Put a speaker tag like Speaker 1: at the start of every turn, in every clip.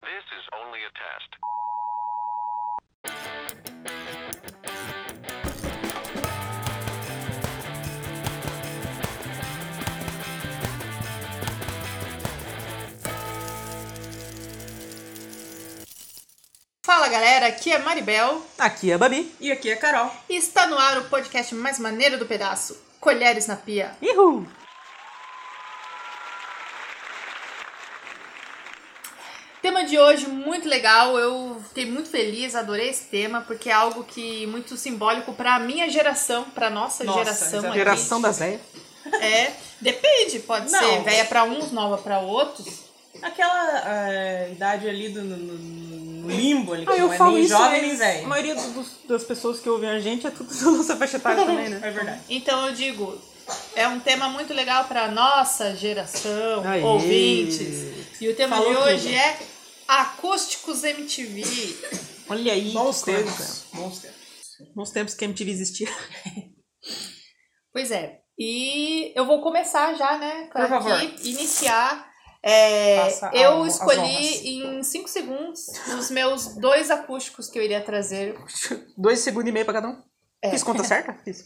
Speaker 1: This is only a test.
Speaker 2: Fala galera, aqui é Maribel
Speaker 3: Aqui é a Babi.
Speaker 4: E aqui é a Carol.
Speaker 2: e está no ar o podcast mais maneiro do pedaço, Colheres na Pia.
Speaker 3: Ihu!
Speaker 2: Tema de hoje muito legal, eu fiquei muito feliz, adorei esse tema, porque é algo que muito simbólico para a minha geração, para nossa,
Speaker 4: Nossa,
Speaker 2: geração
Speaker 4: exato.
Speaker 2: aqui.
Speaker 3: Geração da Zéia.
Speaker 2: É, depende, pode
Speaker 4: Não.
Speaker 2: ser velha para uns, nova para outros.
Speaker 4: Aquela ah, idade ali do, no, no- no limbo ali, que
Speaker 3: Ah, eu
Speaker 4: não é
Speaker 3: falo
Speaker 4: nem
Speaker 3: isso,
Speaker 4: jovem nem
Speaker 3: mas
Speaker 4: velho.
Speaker 3: a maioria dos- dos- das pessoas que ouvem a gente é tudo da nossa faixa etária também, né?
Speaker 4: É verdade.
Speaker 2: Então eu digo, é um tema muito legal para nossa geração,
Speaker 3: Aê.
Speaker 2: ouvintes. E o tema
Speaker 4: Falou
Speaker 2: de hoje
Speaker 4: tudo.
Speaker 2: é acústicos MTV.
Speaker 3: Olha aí,
Speaker 4: Bons
Speaker 3: que coisa.
Speaker 4: tempos. Bons tempos.
Speaker 3: Bons tempos que a MTV existia.
Speaker 2: Pois é. E eu vou começar já, né?
Speaker 4: Por favor.
Speaker 2: Aqui, iniciar. É,
Speaker 4: Faça a-
Speaker 2: eu
Speaker 4: as honras.
Speaker 2: escolhi em 5 segundos os meus dois acústicos que eu iria trazer.
Speaker 3: Dois segundos e meio pra cada um. Fiz conta certa? Fiz.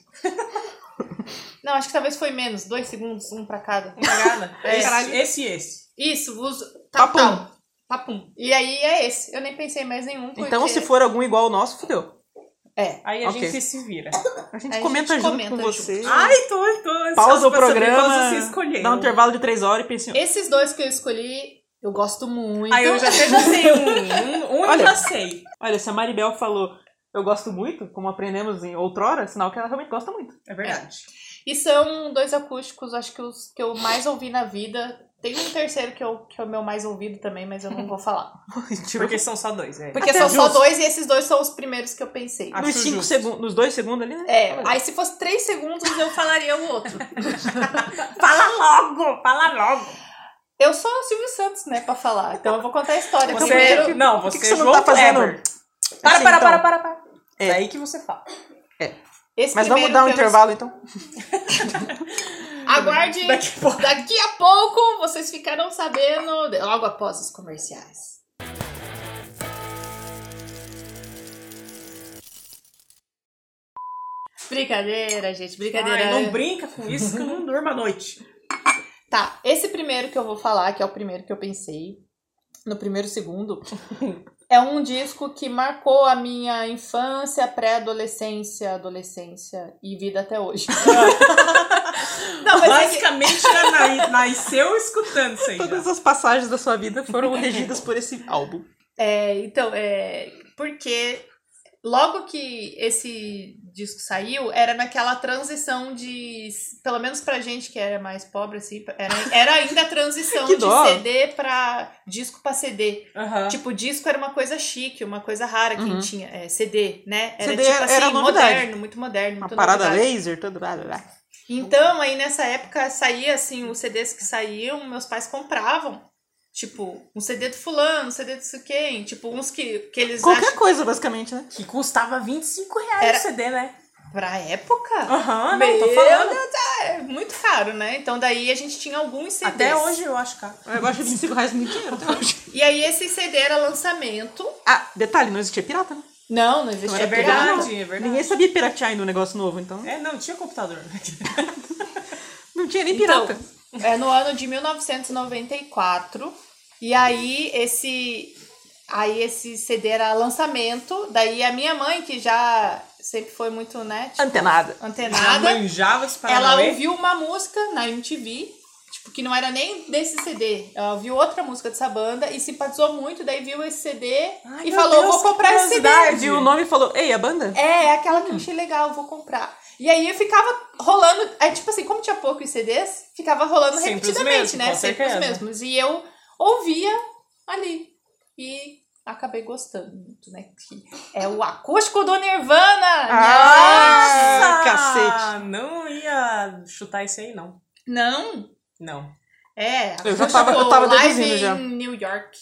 Speaker 2: Não, acho que talvez foi menos, dois segundos, um pra cada.
Speaker 4: Cagada.
Speaker 2: É.
Speaker 4: Tá Esse, esse e esse.
Speaker 2: Isso, uso.
Speaker 3: Papum.
Speaker 2: Papum. Papum. E aí é esse. Eu nem pensei em mais nenhum.
Speaker 3: Então,
Speaker 2: porque-
Speaker 3: se for algum igual ao nosso, fudeu.
Speaker 2: É.
Speaker 4: Aí a
Speaker 3: Ok.
Speaker 4: gente se vira.
Speaker 3: A gente
Speaker 2: Aí a
Speaker 3: comenta
Speaker 2: gente
Speaker 3: junto
Speaker 2: comenta
Speaker 3: com
Speaker 2: junto.
Speaker 3: você.
Speaker 4: Ai, tô, tô ansiosa
Speaker 3: pausa o
Speaker 4: Ah, pra saber qual
Speaker 3: programa.
Speaker 4: você escolheu.
Speaker 3: Dá um intervalo de três horas e pensa assim, em...
Speaker 2: Esses dois que eu escolhi, eu gosto muito.
Speaker 4: Aí Ah, eu já até já sei um. Um, um eu
Speaker 3: Olha.
Speaker 4: já sei.
Speaker 3: Olha, se a Maribel falou eu gosto muito, como aprendemos em outrora, sinal que ela realmente gosta muito.
Speaker 4: É verdade.
Speaker 2: E são dois acústicos, acho que os que eu mais ouvi na vida. Tem um terceiro que, eu, que é o meu mais ouvido também, mas eu não vou falar.
Speaker 3: Tirou-
Speaker 4: Porque são só dois, é.
Speaker 2: Porque
Speaker 3: Até
Speaker 2: são só
Speaker 3: justo.
Speaker 2: dois e esses dois são os primeiros que eu pensei.
Speaker 4: Ah,
Speaker 3: nos,
Speaker 4: Acho
Speaker 3: cinco
Speaker 4: justo.
Speaker 3: segundos, nos dois segundos ali, né?
Speaker 2: É, aí se fosse três segundos eu falaria o outro.
Speaker 4: Fala logo, fala logo.
Speaker 2: Eu sou o Silvio Santos, né, pra falar. Então eu vou contar a história.
Speaker 4: Você,
Speaker 2: Primeiro,
Speaker 4: não,
Speaker 3: Por que
Speaker 4: você,
Speaker 3: que você não
Speaker 4: João
Speaker 3: tá fazendo?
Speaker 4: Kleber. Para, para,
Speaker 3: então.
Speaker 4: para, para, para.
Speaker 3: É.
Speaker 4: É aí que você fala.
Speaker 2: esse
Speaker 3: Mas
Speaker 2: primeiro
Speaker 3: vamos dar um
Speaker 2: que eu-
Speaker 3: intervalo, então.
Speaker 2: Aguarde.
Speaker 4: Daqui a pouco.
Speaker 2: Daqui a pouco vocês ficarão sabendo logo após os comerciais. Brincadeira, gente, brincadeira.
Speaker 4: Ai, não brinca com isso que eu não durmo à noite.
Speaker 2: Tá, esse primeiro que eu vou falar, que é o primeiro que eu pensei, no primeiro segundo, é um disco que marcou a minha infância, pré-adolescência, adolescência e vida até hoje. Não, mas é que-
Speaker 4: Basicamente, ela na- nasceu escutando isso aí. já.
Speaker 3: Todas as passagens da sua vida foram regidas por esse álbum.
Speaker 2: é, então, é, porque logo que esse disco saiu, era naquela transição de, pelo menos pra gente que era mais pobre, assim, era, era ainda a transição
Speaker 3: Que
Speaker 2: de
Speaker 3: dó.
Speaker 2: CD pra disco pra CD.
Speaker 4: Aham.
Speaker 2: Tipo, disco era uma coisa chique, uma coisa rara quem
Speaker 3: Uhum.
Speaker 2: tinha. é, CD, né? Era
Speaker 3: CD
Speaker 2: tipo
Speaker 3: era-
Speaker 2: assim,
Speaker 3: era novidade.
Speaker 2: moderno, muito moderno.
Speaker 3: Uma
Speaker 2: Muito
Speaker 3: parada
Speaker 2: novidade.
Speaker 3: laser, tudo. Blá, blá, blá.
Speaker 2: Então, aí nessa época saía assim, os CDs que saíam, meus pais compravam. Tipo, um CD do fulano, um CD do sei quem. Tipo, uns que, que eles
Speaker 3: Qualquer
Speaker 2: acham.
Speaker 3: coisa, basicamente, né?
Speaker 4: Que custava 25 reais
Speaker 2: Era-
Speaker 4: o CD, né?
Speaker 2: Pra época,
Speaker 3: Ah,
Speaker 4: Aham,
Speaker 2: Meu
Speaker 4: não, tô falando.
Speaker 2: é muito caro, né? Então daí a gente tinha alguns CDs.
Speaker 4: Até hoje eu acho caro.
Speaker 3: Eu acho 25 reais muito dinheiro até hoje.
Speaker 2: E aí esse CD era lançamento.
Speaker 3: Ah, detalhe, não existia pirata, né?
Speaker 2: Não, não existia
Speaker 3: É verdade,
Speaker 4: é verdade.
Speaker 3: Ninguém sabia piratear ainda um negócio novo, então.
Speaker 4: É, não, tinha computador.
Speaker 3: Não tinha nem pirata.
Speaker 2: É no ano de 1994. E aí esse aí esse CD era lançamento, daí a minha mãe que já sempre foi muito, né, tipo,
Speaker 3: Antenada.
Speaker 4: Já
Speaker 2: antenada,
Speaker 4: manjava esse
Speaker 2: ela
Speaker 4: Paranauê.
Speaker 2: ouviu uma música na MTV, tipo que não era nem desse CD. Ela ouviu outra música dessa banda e simpatizou muito, daí viu esse CD
Speaker 4: Ai,
Speaker 2: e
Speaker 4: meu
Speaker 2: falou:
Speaker 4: Deus,
Speaker 2: "Vou
Speaker 4: que
Speaker 2: comprar esse CD".
Speaker 4: curiosidade.
Speaker 3: Viu o nome e falou, ei, a banda?
Speaker 2: É, é aquela que
Speaker 3: Hum.
Speaker 2: eu achei legal, vou comprar. E aí eu ficava rolando, é tipo assim, como tinha poucos CDs, ficava rolando
Speaker 4: Sempre os
Speaker 2: repetidamente,
Speaker 4: mesmos,
Speaker 2: né?
Speaker 4: com
Speaker 2: Sempre os
Speaker 4: certeza.
Speaker 2: mesmos. E eu ouvia ali. E acabei gostando muito, né? Que é o acústico do Nirvana!
Speaker 3: Ah! Ah,
Speaker 4: Ah,
Speaker 3: cacete.
Speaker 4: Não ia chutar isso aí, não.
Speaker 2: Não!
Speaker 4: Não.
Speaker 2: É,
Speaker 3: Eu já
Speaker 2: acústico
Speaker 3: tava- eu tava
Speaker 2: live
Speaker 3: deduzindo já.
Speaker 2: em New York.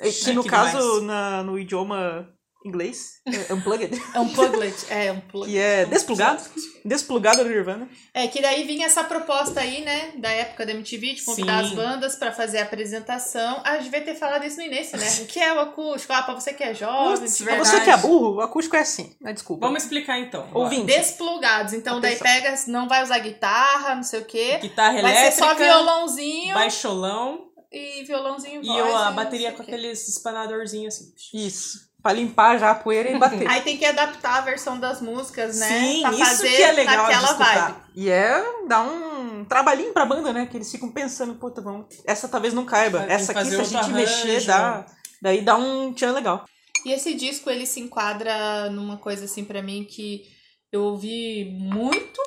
Speaker 3: É que no
Speaker 4: Chique
Speaker 3: caso,
Speaker 4: demais.
Speaker 3: na, no idioma inglês, é Unplugged,
Speaker 2: É um pluglet, é um plug.
Speaker 3: que é Desplugado, Desplugado do Nirvana.
Speaker 2: É que daí vinha essa proposta aí, né, da época da MTV, de convidar
Speaker 4: Sim.
Speaker 2: as bandas pra fazer a apresentação. Ah, devia ter falado isso no início, né? O que é o acústico? Ah, pra você que é jovem,
Speaker 3: Putz,
Speaker 2: tiver
Speaker 3: pra
Speaker 4: verdade.
Speaker 3: você que é burro, o acústico é assim, né? Desculpa.
Speaker 4: Vamos explicar então. vai.
Speaker 3: Ouvinte,
Speaker 2: desplugados. Então daí
Speaker 3: Atenção.
Speaker 2: pega, não vai usar guitarra, não sei o quê.
Speaker 4: Guitarra
Speaker 2: Vai ser
Speaker 4: elétrica,
Speaker 2: só violãozinho
Speaker 4: baixolão
Speaker 2: e violãozinho
Speaker 4: e
Speaker 2: voz,
Speaker 4: eu a
Speaker 2: não
Speaker 4: bateria
Speaker 2: sei
Speaker 4: com
Speaker 2: o quê.
Speaker 4: aqueles espanadorzinhos assim.
Speaker 3: isso, pra limpar já a poeira e bater.
Speaker 2: Aí tem que adaptar a versão das músicas, né?
Speaker 3: Sim,
Speaker 2: pra
Speaker 3: isso
Speaker 2: fazer
Speaker 3: que é legal de
Speaker 2: naquela
Speaker 3: escutar.
Speaker 2: vibe.
Speaker 3: E é dar um trabalhinho pra banda, né? Que eles ficam pensando, pô, tá bom, essa talvez não caiba.
Speaker 4: Tem que
Speaker 3: Essa aqui,
Speaker 4: fazer
Speaker 3: se a
Speaker 4: outro
Speaker 3: gente mexer,
Speaker 4: arranjo.
Speaker 3: dá, daí dá um tchan legal.
Speaker 2: E esse disco, ele se enquadra numa coisa assim pra mim que eu ouvi muito,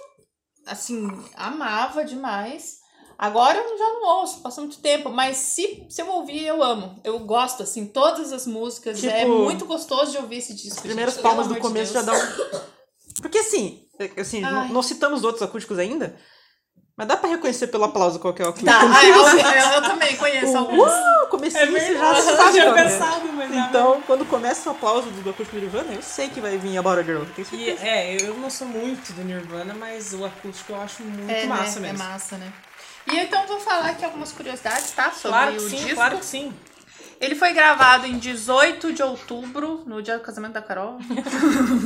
Speaker 2: assim, amava demais. Agora eu já não ouço, passou muito tempo, mas se, se eu ouvir, eu amo. Eu gosto, assim, todas as músicas.
Speaker 3: Tipo,
Speaker 2: é muito gostoso de ouvir esse disco.
Speaker 3: As primeiras
Speaker 2: gente, pelo
Speaker 3: palmas do
Speaker 2: amor de
Speaker 3: começo já
Speaker 2: Deus.
Speaker 3: dá um. Porque assim, é- assim
Speaker 2: Ai.
Speaker 3: não, não citamos outros acústicos ainda, mas dá pra reconhecer pelo aplauso qual que é o acústico.
Speaker 2: Tá, ah, eu, eu- eu também conheço
Speaker 3: o
Speaker 2: alguns.
Speaker 3: uh, comecinho,
Speaker 2: É
Speaker 3: você já sabe
Speaker 4: eu É já
Speaker 3: qual que é.
Speaker 2: né?
Speaker 4: pensava, mas é uma
Speaker 3: Então, quando começa o aplauso do acústico do Nirvana, eu sei que vai vir a Bora Girl. Tem
Speaker 4: E,
Speaker 3: certeza.
Speaker 4: é, eu não sou muito do Nirvana, mas o acústico eu acho muito
Speaker 2: É, né?
Speaker 4: massa
Speaker 2: É
Speaker 4: mesmo.
Speaker 2: massa, né? E eu, então vou falar aqui algumas curiosidades, tá? Sobre
Speaker 4: Claro que
Speaker 2: o
Speaker 4: sim,
Speaker 2: disco.
Speaker 4: claro que sim.
Speaker 2: Ele foi gravado em 18 de outubro, no dia do casamento da Carol,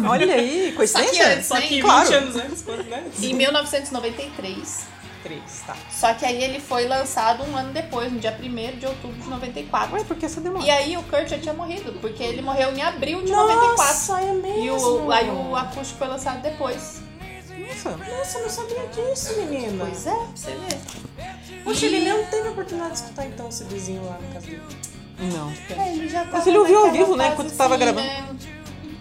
Speaker 3: Olha aí,
Speaker 2: é. Só que
Speaker 3: coincidência?
Speaker 2: antes, né?
Speaker 4: Só que 20
Speaker 3: claro.
Speaker 4: anos antes, quando, né?
Speaker 2: em 1993.
Speaker 4: Três, tá.
Speaker 2: Só que aí ele foi lançado um ano depois, no dia 1 de outubro de 94.
Speaker 3: Ué, por que essa demora?
Speaker 2: E aí o Kurt já tinha morrido, porque ele morreu em abril de 94.
Speaker 4: Nossa, é mesmo.
Speaker 2: E o, aí o acústico foi lançado depois.
Speaker 3: Nossa.
Speaker 4: Nossa, eu não sabia disso, menina.
Speaker 2: Pois é, pra você ver.
Speaker 4: Poxa, ele nem teve a oportunidade de escutar então o CDzinho lá no caso dele.
Speaker 3: Não.
Speaker 2: É, ele já tava
Speaker 3: Mas ele ouviu ao
Speaker 2: naquela
Speaker 3: vivo, né,
Speaker 2: fase
Speaker 3: enquanto tava gravando.
Speaker 2: né,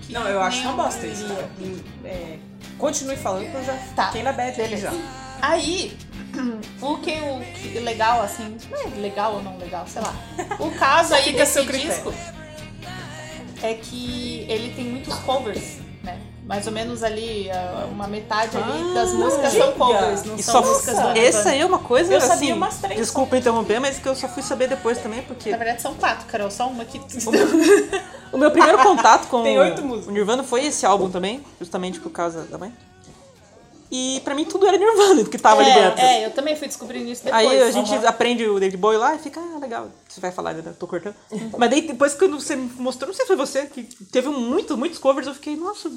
Speaker 2: que
Speaker 4: Não, eu acho
Speaker 2: nem
Speaker 4: uma bosta isso.
Speaker 2: ouviria.
Speaker 4: tá? É, continue falando que eu já
Speaker 2: Tá.
Speaker 4: fiquei na bad dele já.
Speaker 2: Aí, o que o que legal, assim, não é legal ou não legal, sei lá. O caso aí
Speaker 4: Fica a
Speaker 2: desse
Speaker 4: seu critério.
Speaker 2: disco é que ele tem muitos covers, né? Mais ou menos ali, ah, uma metade ali
Speaker 3: Ah,
Speaker 2: das músicas são
Speaker 4: diga!
Speaker 2: covers, não
Speaker 3: E
Speaker 2: são
Speaker 3: só
Speaker 2: músicas do
Speaker 3: Essa
Speaker 2: Nirvana.
Speaker 3: aí é uma coisa
Speaker 4: Eu
Speaker 3: assim.
Speaker 4: sabia umas três.
Speaker 3: Desculpa interromper, mas que eu só fui saber depois também, porque
Speaker 2: Na verdade são quatro, Carol, só uma que...
Speaker 3: o meu primeiro contato com
Speaker 4: Tem oito
Speaker 3: o
Speaker 4: músicas.
Speaker 3: Nirvana foi esse álbum também, justamente por causa da mãe. E pra mim tudo era Nirvana que tava ali dentro.
Speaker 2: é, é, eu também fui descobrindo isso depois.
Speaker 3: Aí a gente
Speaker 4: Aham.
Speaker 3: aprende o David Bowie lá e fica, ah, legal, você vai falar, eu tô cortando. Mas daí depois quando você me mostrou, não sei se foi você, que teve muitos, muitos covers, eu fiquei, nossa,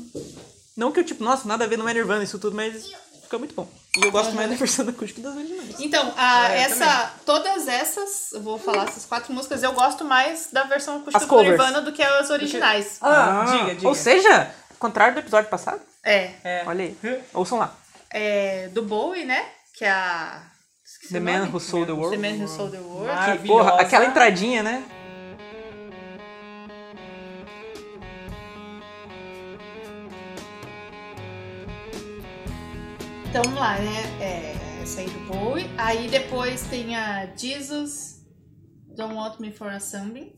Speaker 3: não que eu tipo, nossa, nada a ver, não é Nirvana isso tudo, mas ficou muito bom. E eu gosto mais da versão acústica das originais.
Speaker 2: Então, a-
Speaker 4: É, eu
Speaker 2: essa, todas essas, eu vou falar essas quatro músicas, eu gosto mais da versão acústica
Speaker 3: As
Speaker 2: do
Speaker 3: covers.
Speaker 2: Nirvana do que as originais.
Speaker 4: Ah, diga, diga.
Speaker 3: Ou seja, contrário do episódio passado,
Speaker 2: É,
Speaker 4: É.
Speaker 3: olha aí, ouçam lá.
Speaker 2: é, do Bowie, né? Que é a. esqueci
Speaker 3: The
Speaker 2: o
Speaker 3: Man
Speaker 2: nome.
Speaker 3: Who Sold the
Speaker 2: The
Speaker 3: World.
Speaker 2: Man Who Sold the World.
Speaker 4: Mar-
Speaker 3: Que, porra,
Speaker 4: Maravilhosa.
Speaker 3: aquela entradinha, né?
Speaker 2: Então vamos lá, né? É, essa aí do Bowie. Aí depois tem a Jesus Don't Want Me for a Something.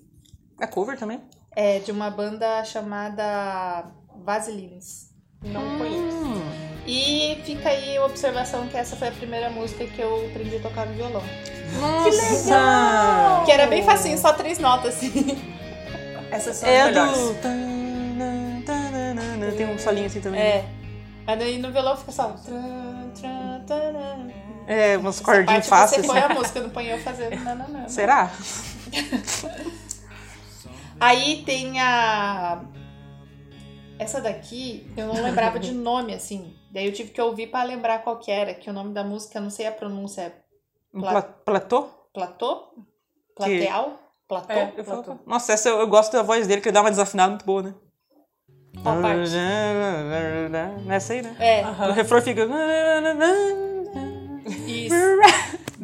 Speaker 3: A cover também.
Speaker 2: É de uma banda chamada Vaselines.
Speaker 4: Não conheço.
Speaker 3: Hum,
Speaker 2: E fica aí a observação que essa foi a primeira música que eu aprendi a tocar no violão.
Speaker 3: nossa!
Speaker 2: Que era bem facinho, só três notas. assim.
Speaker 4: Essa são
Speaker 3: É a
Speaker 4: as melhores.
Speaker 3: do... Tanana, tanana, Tem um solinho assim também.
Speaker 2: É. Mas aí no violão fica só. um tran, tran, taran.
Speaker 3: É, umas
Speaker 2: Essa
Speaker 3: cordinhas
Speaker 2: parte Você
Speaker 3: fáceis. assim.
Speaker 2: põe a música, não põe eu fazendo nananã.
Speaker 3: Será?
Speaker 2: Aí tem a. Essa daqui, eu não lembrava de nome, assim. Daí eu tive que ouvir pra lembrar qual que era, que o nome da música, eu não sei a pronúncia, é
Speaker 3: Um
Speaker 2: Pla-
Speaker 3: pla- platô?
Speaker 2: Platô? Plateal? Platô?
Speaker 4: É, eu
Speaker 2: Platô.
Speaker 4: falo-
Speaker 3: Nossa, essa eu, eu gosto da voz dele, que ele dá uma desafinada muito boa, né?
Speaker 2: Qual parte?
Speaker 3: Nessa aí, né?
Speaker 2: É,
Speaker 3: O
Speaker 4: Aham.
Speaker 3: refrão fica...
Speaker 2: isso.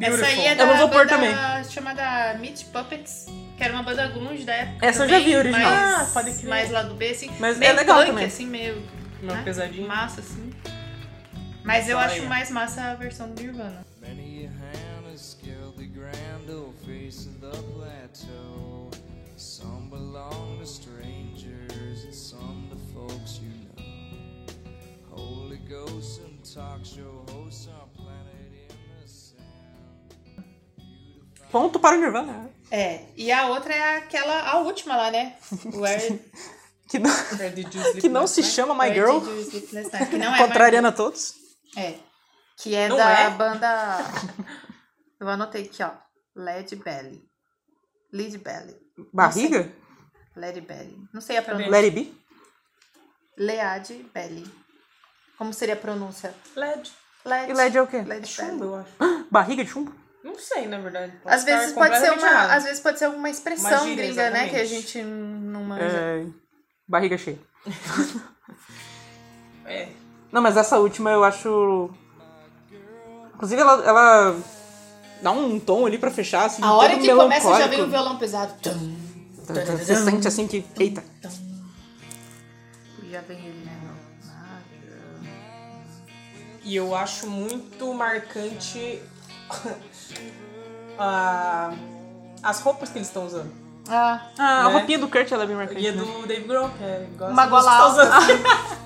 Speaker 2: Essa aí é da
Speaker 3: Eu não vou pôr
Speaker 2: banda
Speaker 3: também.
Speaker 2: chamada Meat Puppets, que era uma banda grunge da época.
Speaker 3: Essa eu já
Speaker 2: também,
Speaker 3: vi, original.
Speaker 2: Mais,
Speaker 4: Ah, pode crer.
Speaker 2: mais lá do B, assim.
Speaker 3: Mas
Speaker 2: meio
Speaker 3: é legal
Speaker 2: punk,
Speaker 3: também.
Speaker 2: assim, meio
Speaker 4: Uma pesadinha.
Speaker 2: massa, assim. Mas eu
Speaker 4: Olha.
Speaker 2: acho mais massa a versão do Nirvana.
Speaker 1: Many a hand has scaled the grand old face of the plateau. Some belong to strangers and some to folks you know. Holy Ghost and talk show hosts are planted in the sand.
Speaker 3: Ponto para o Nirvana.
Speaker 2: É, e a outra é aquela, a última lá, né? Where
Speaker 3: Que não,
Speaker 4: Where did you sleep
Speaker 3: que não
Speaker 4: last
Speaker 3: se
Speaker 4: night?
Speaker 3: chama Oh, My
Speaker 4: Where
Speaker 3: Girl,
Speaker 4: did you sleep last
Speaker 2: né?
Speaker 4: night? Que né? não é My
Speaker 3: contrariando a todos.
Speaker 2: É. Que é
Speaker 4: Não
Speaker 2: da
Speaker 4: é?
Speaker 2: banda. Eu anotei aqui, ó. Led Belly. Lead Belly.
Speaker 3: Barriga?
Speaker 2: Led Belly. Não sei a pronúncia.
Speaker 3: Let it be?
Speaker 2: Lead Belly. Como seria a pronúncia?
Speaker 4: Girl. LED.
Speaker 2: Led.
Speaker 3: E LED é o quê?
Speaker 2: Led
Speaker 4: É chumbo,
Speaker 2: Belly.
Speaker 4: eu acho.
Speaker 3: Barriga de chumbo?
Speaker 4: Não sei, na verdade. Posso
Speaker 2: Às
Speaker 4: estar
Speaker 2: vezes pode ser
Speaker 4: completamente
Speaker 2: uma,
Speaker 4: errado.
Speaker 2: às vezes pode ser uma expressão
Speaker 4: Uma gíria,
Speaker 2: gringa, né, que a
Speaker 4: exatamente.
Speaker 2: gente não manja.
Speaker 3: É, barriga cheia.
Speaker 4: É.
Speaker 3: Não, mas essa última eu acho. Inclusive, ela, ela dá um tom ali pra fechar, assim.
Speaker 2: A hora
Speaker 3: todo
Speaker 2: que começa já vem
Speaker 3: melancólico.
Speaker 2: o violão pesado. Tum.
Speaker 3: Você sente assim que. Eita.
Speaker 2: Já vem ele, né? Ah,
Speaker 4: E eu acho muito marcante a- as roupas que eles estão usando.
Speaker 2: Ah,
Speaker 3: Ah, a
Speaker 4: Né?
Speaker 3: roupinha do Kurt ela é bem marcante.
Speaker 4: E a
Speaker 3: né?
Speaker 4: do Dave Grohl, que é igual
Speaker 2: Uhum. Uma
Speaker 4: as roupas
Speaker 2: gola
Speaker 4: que tá usando.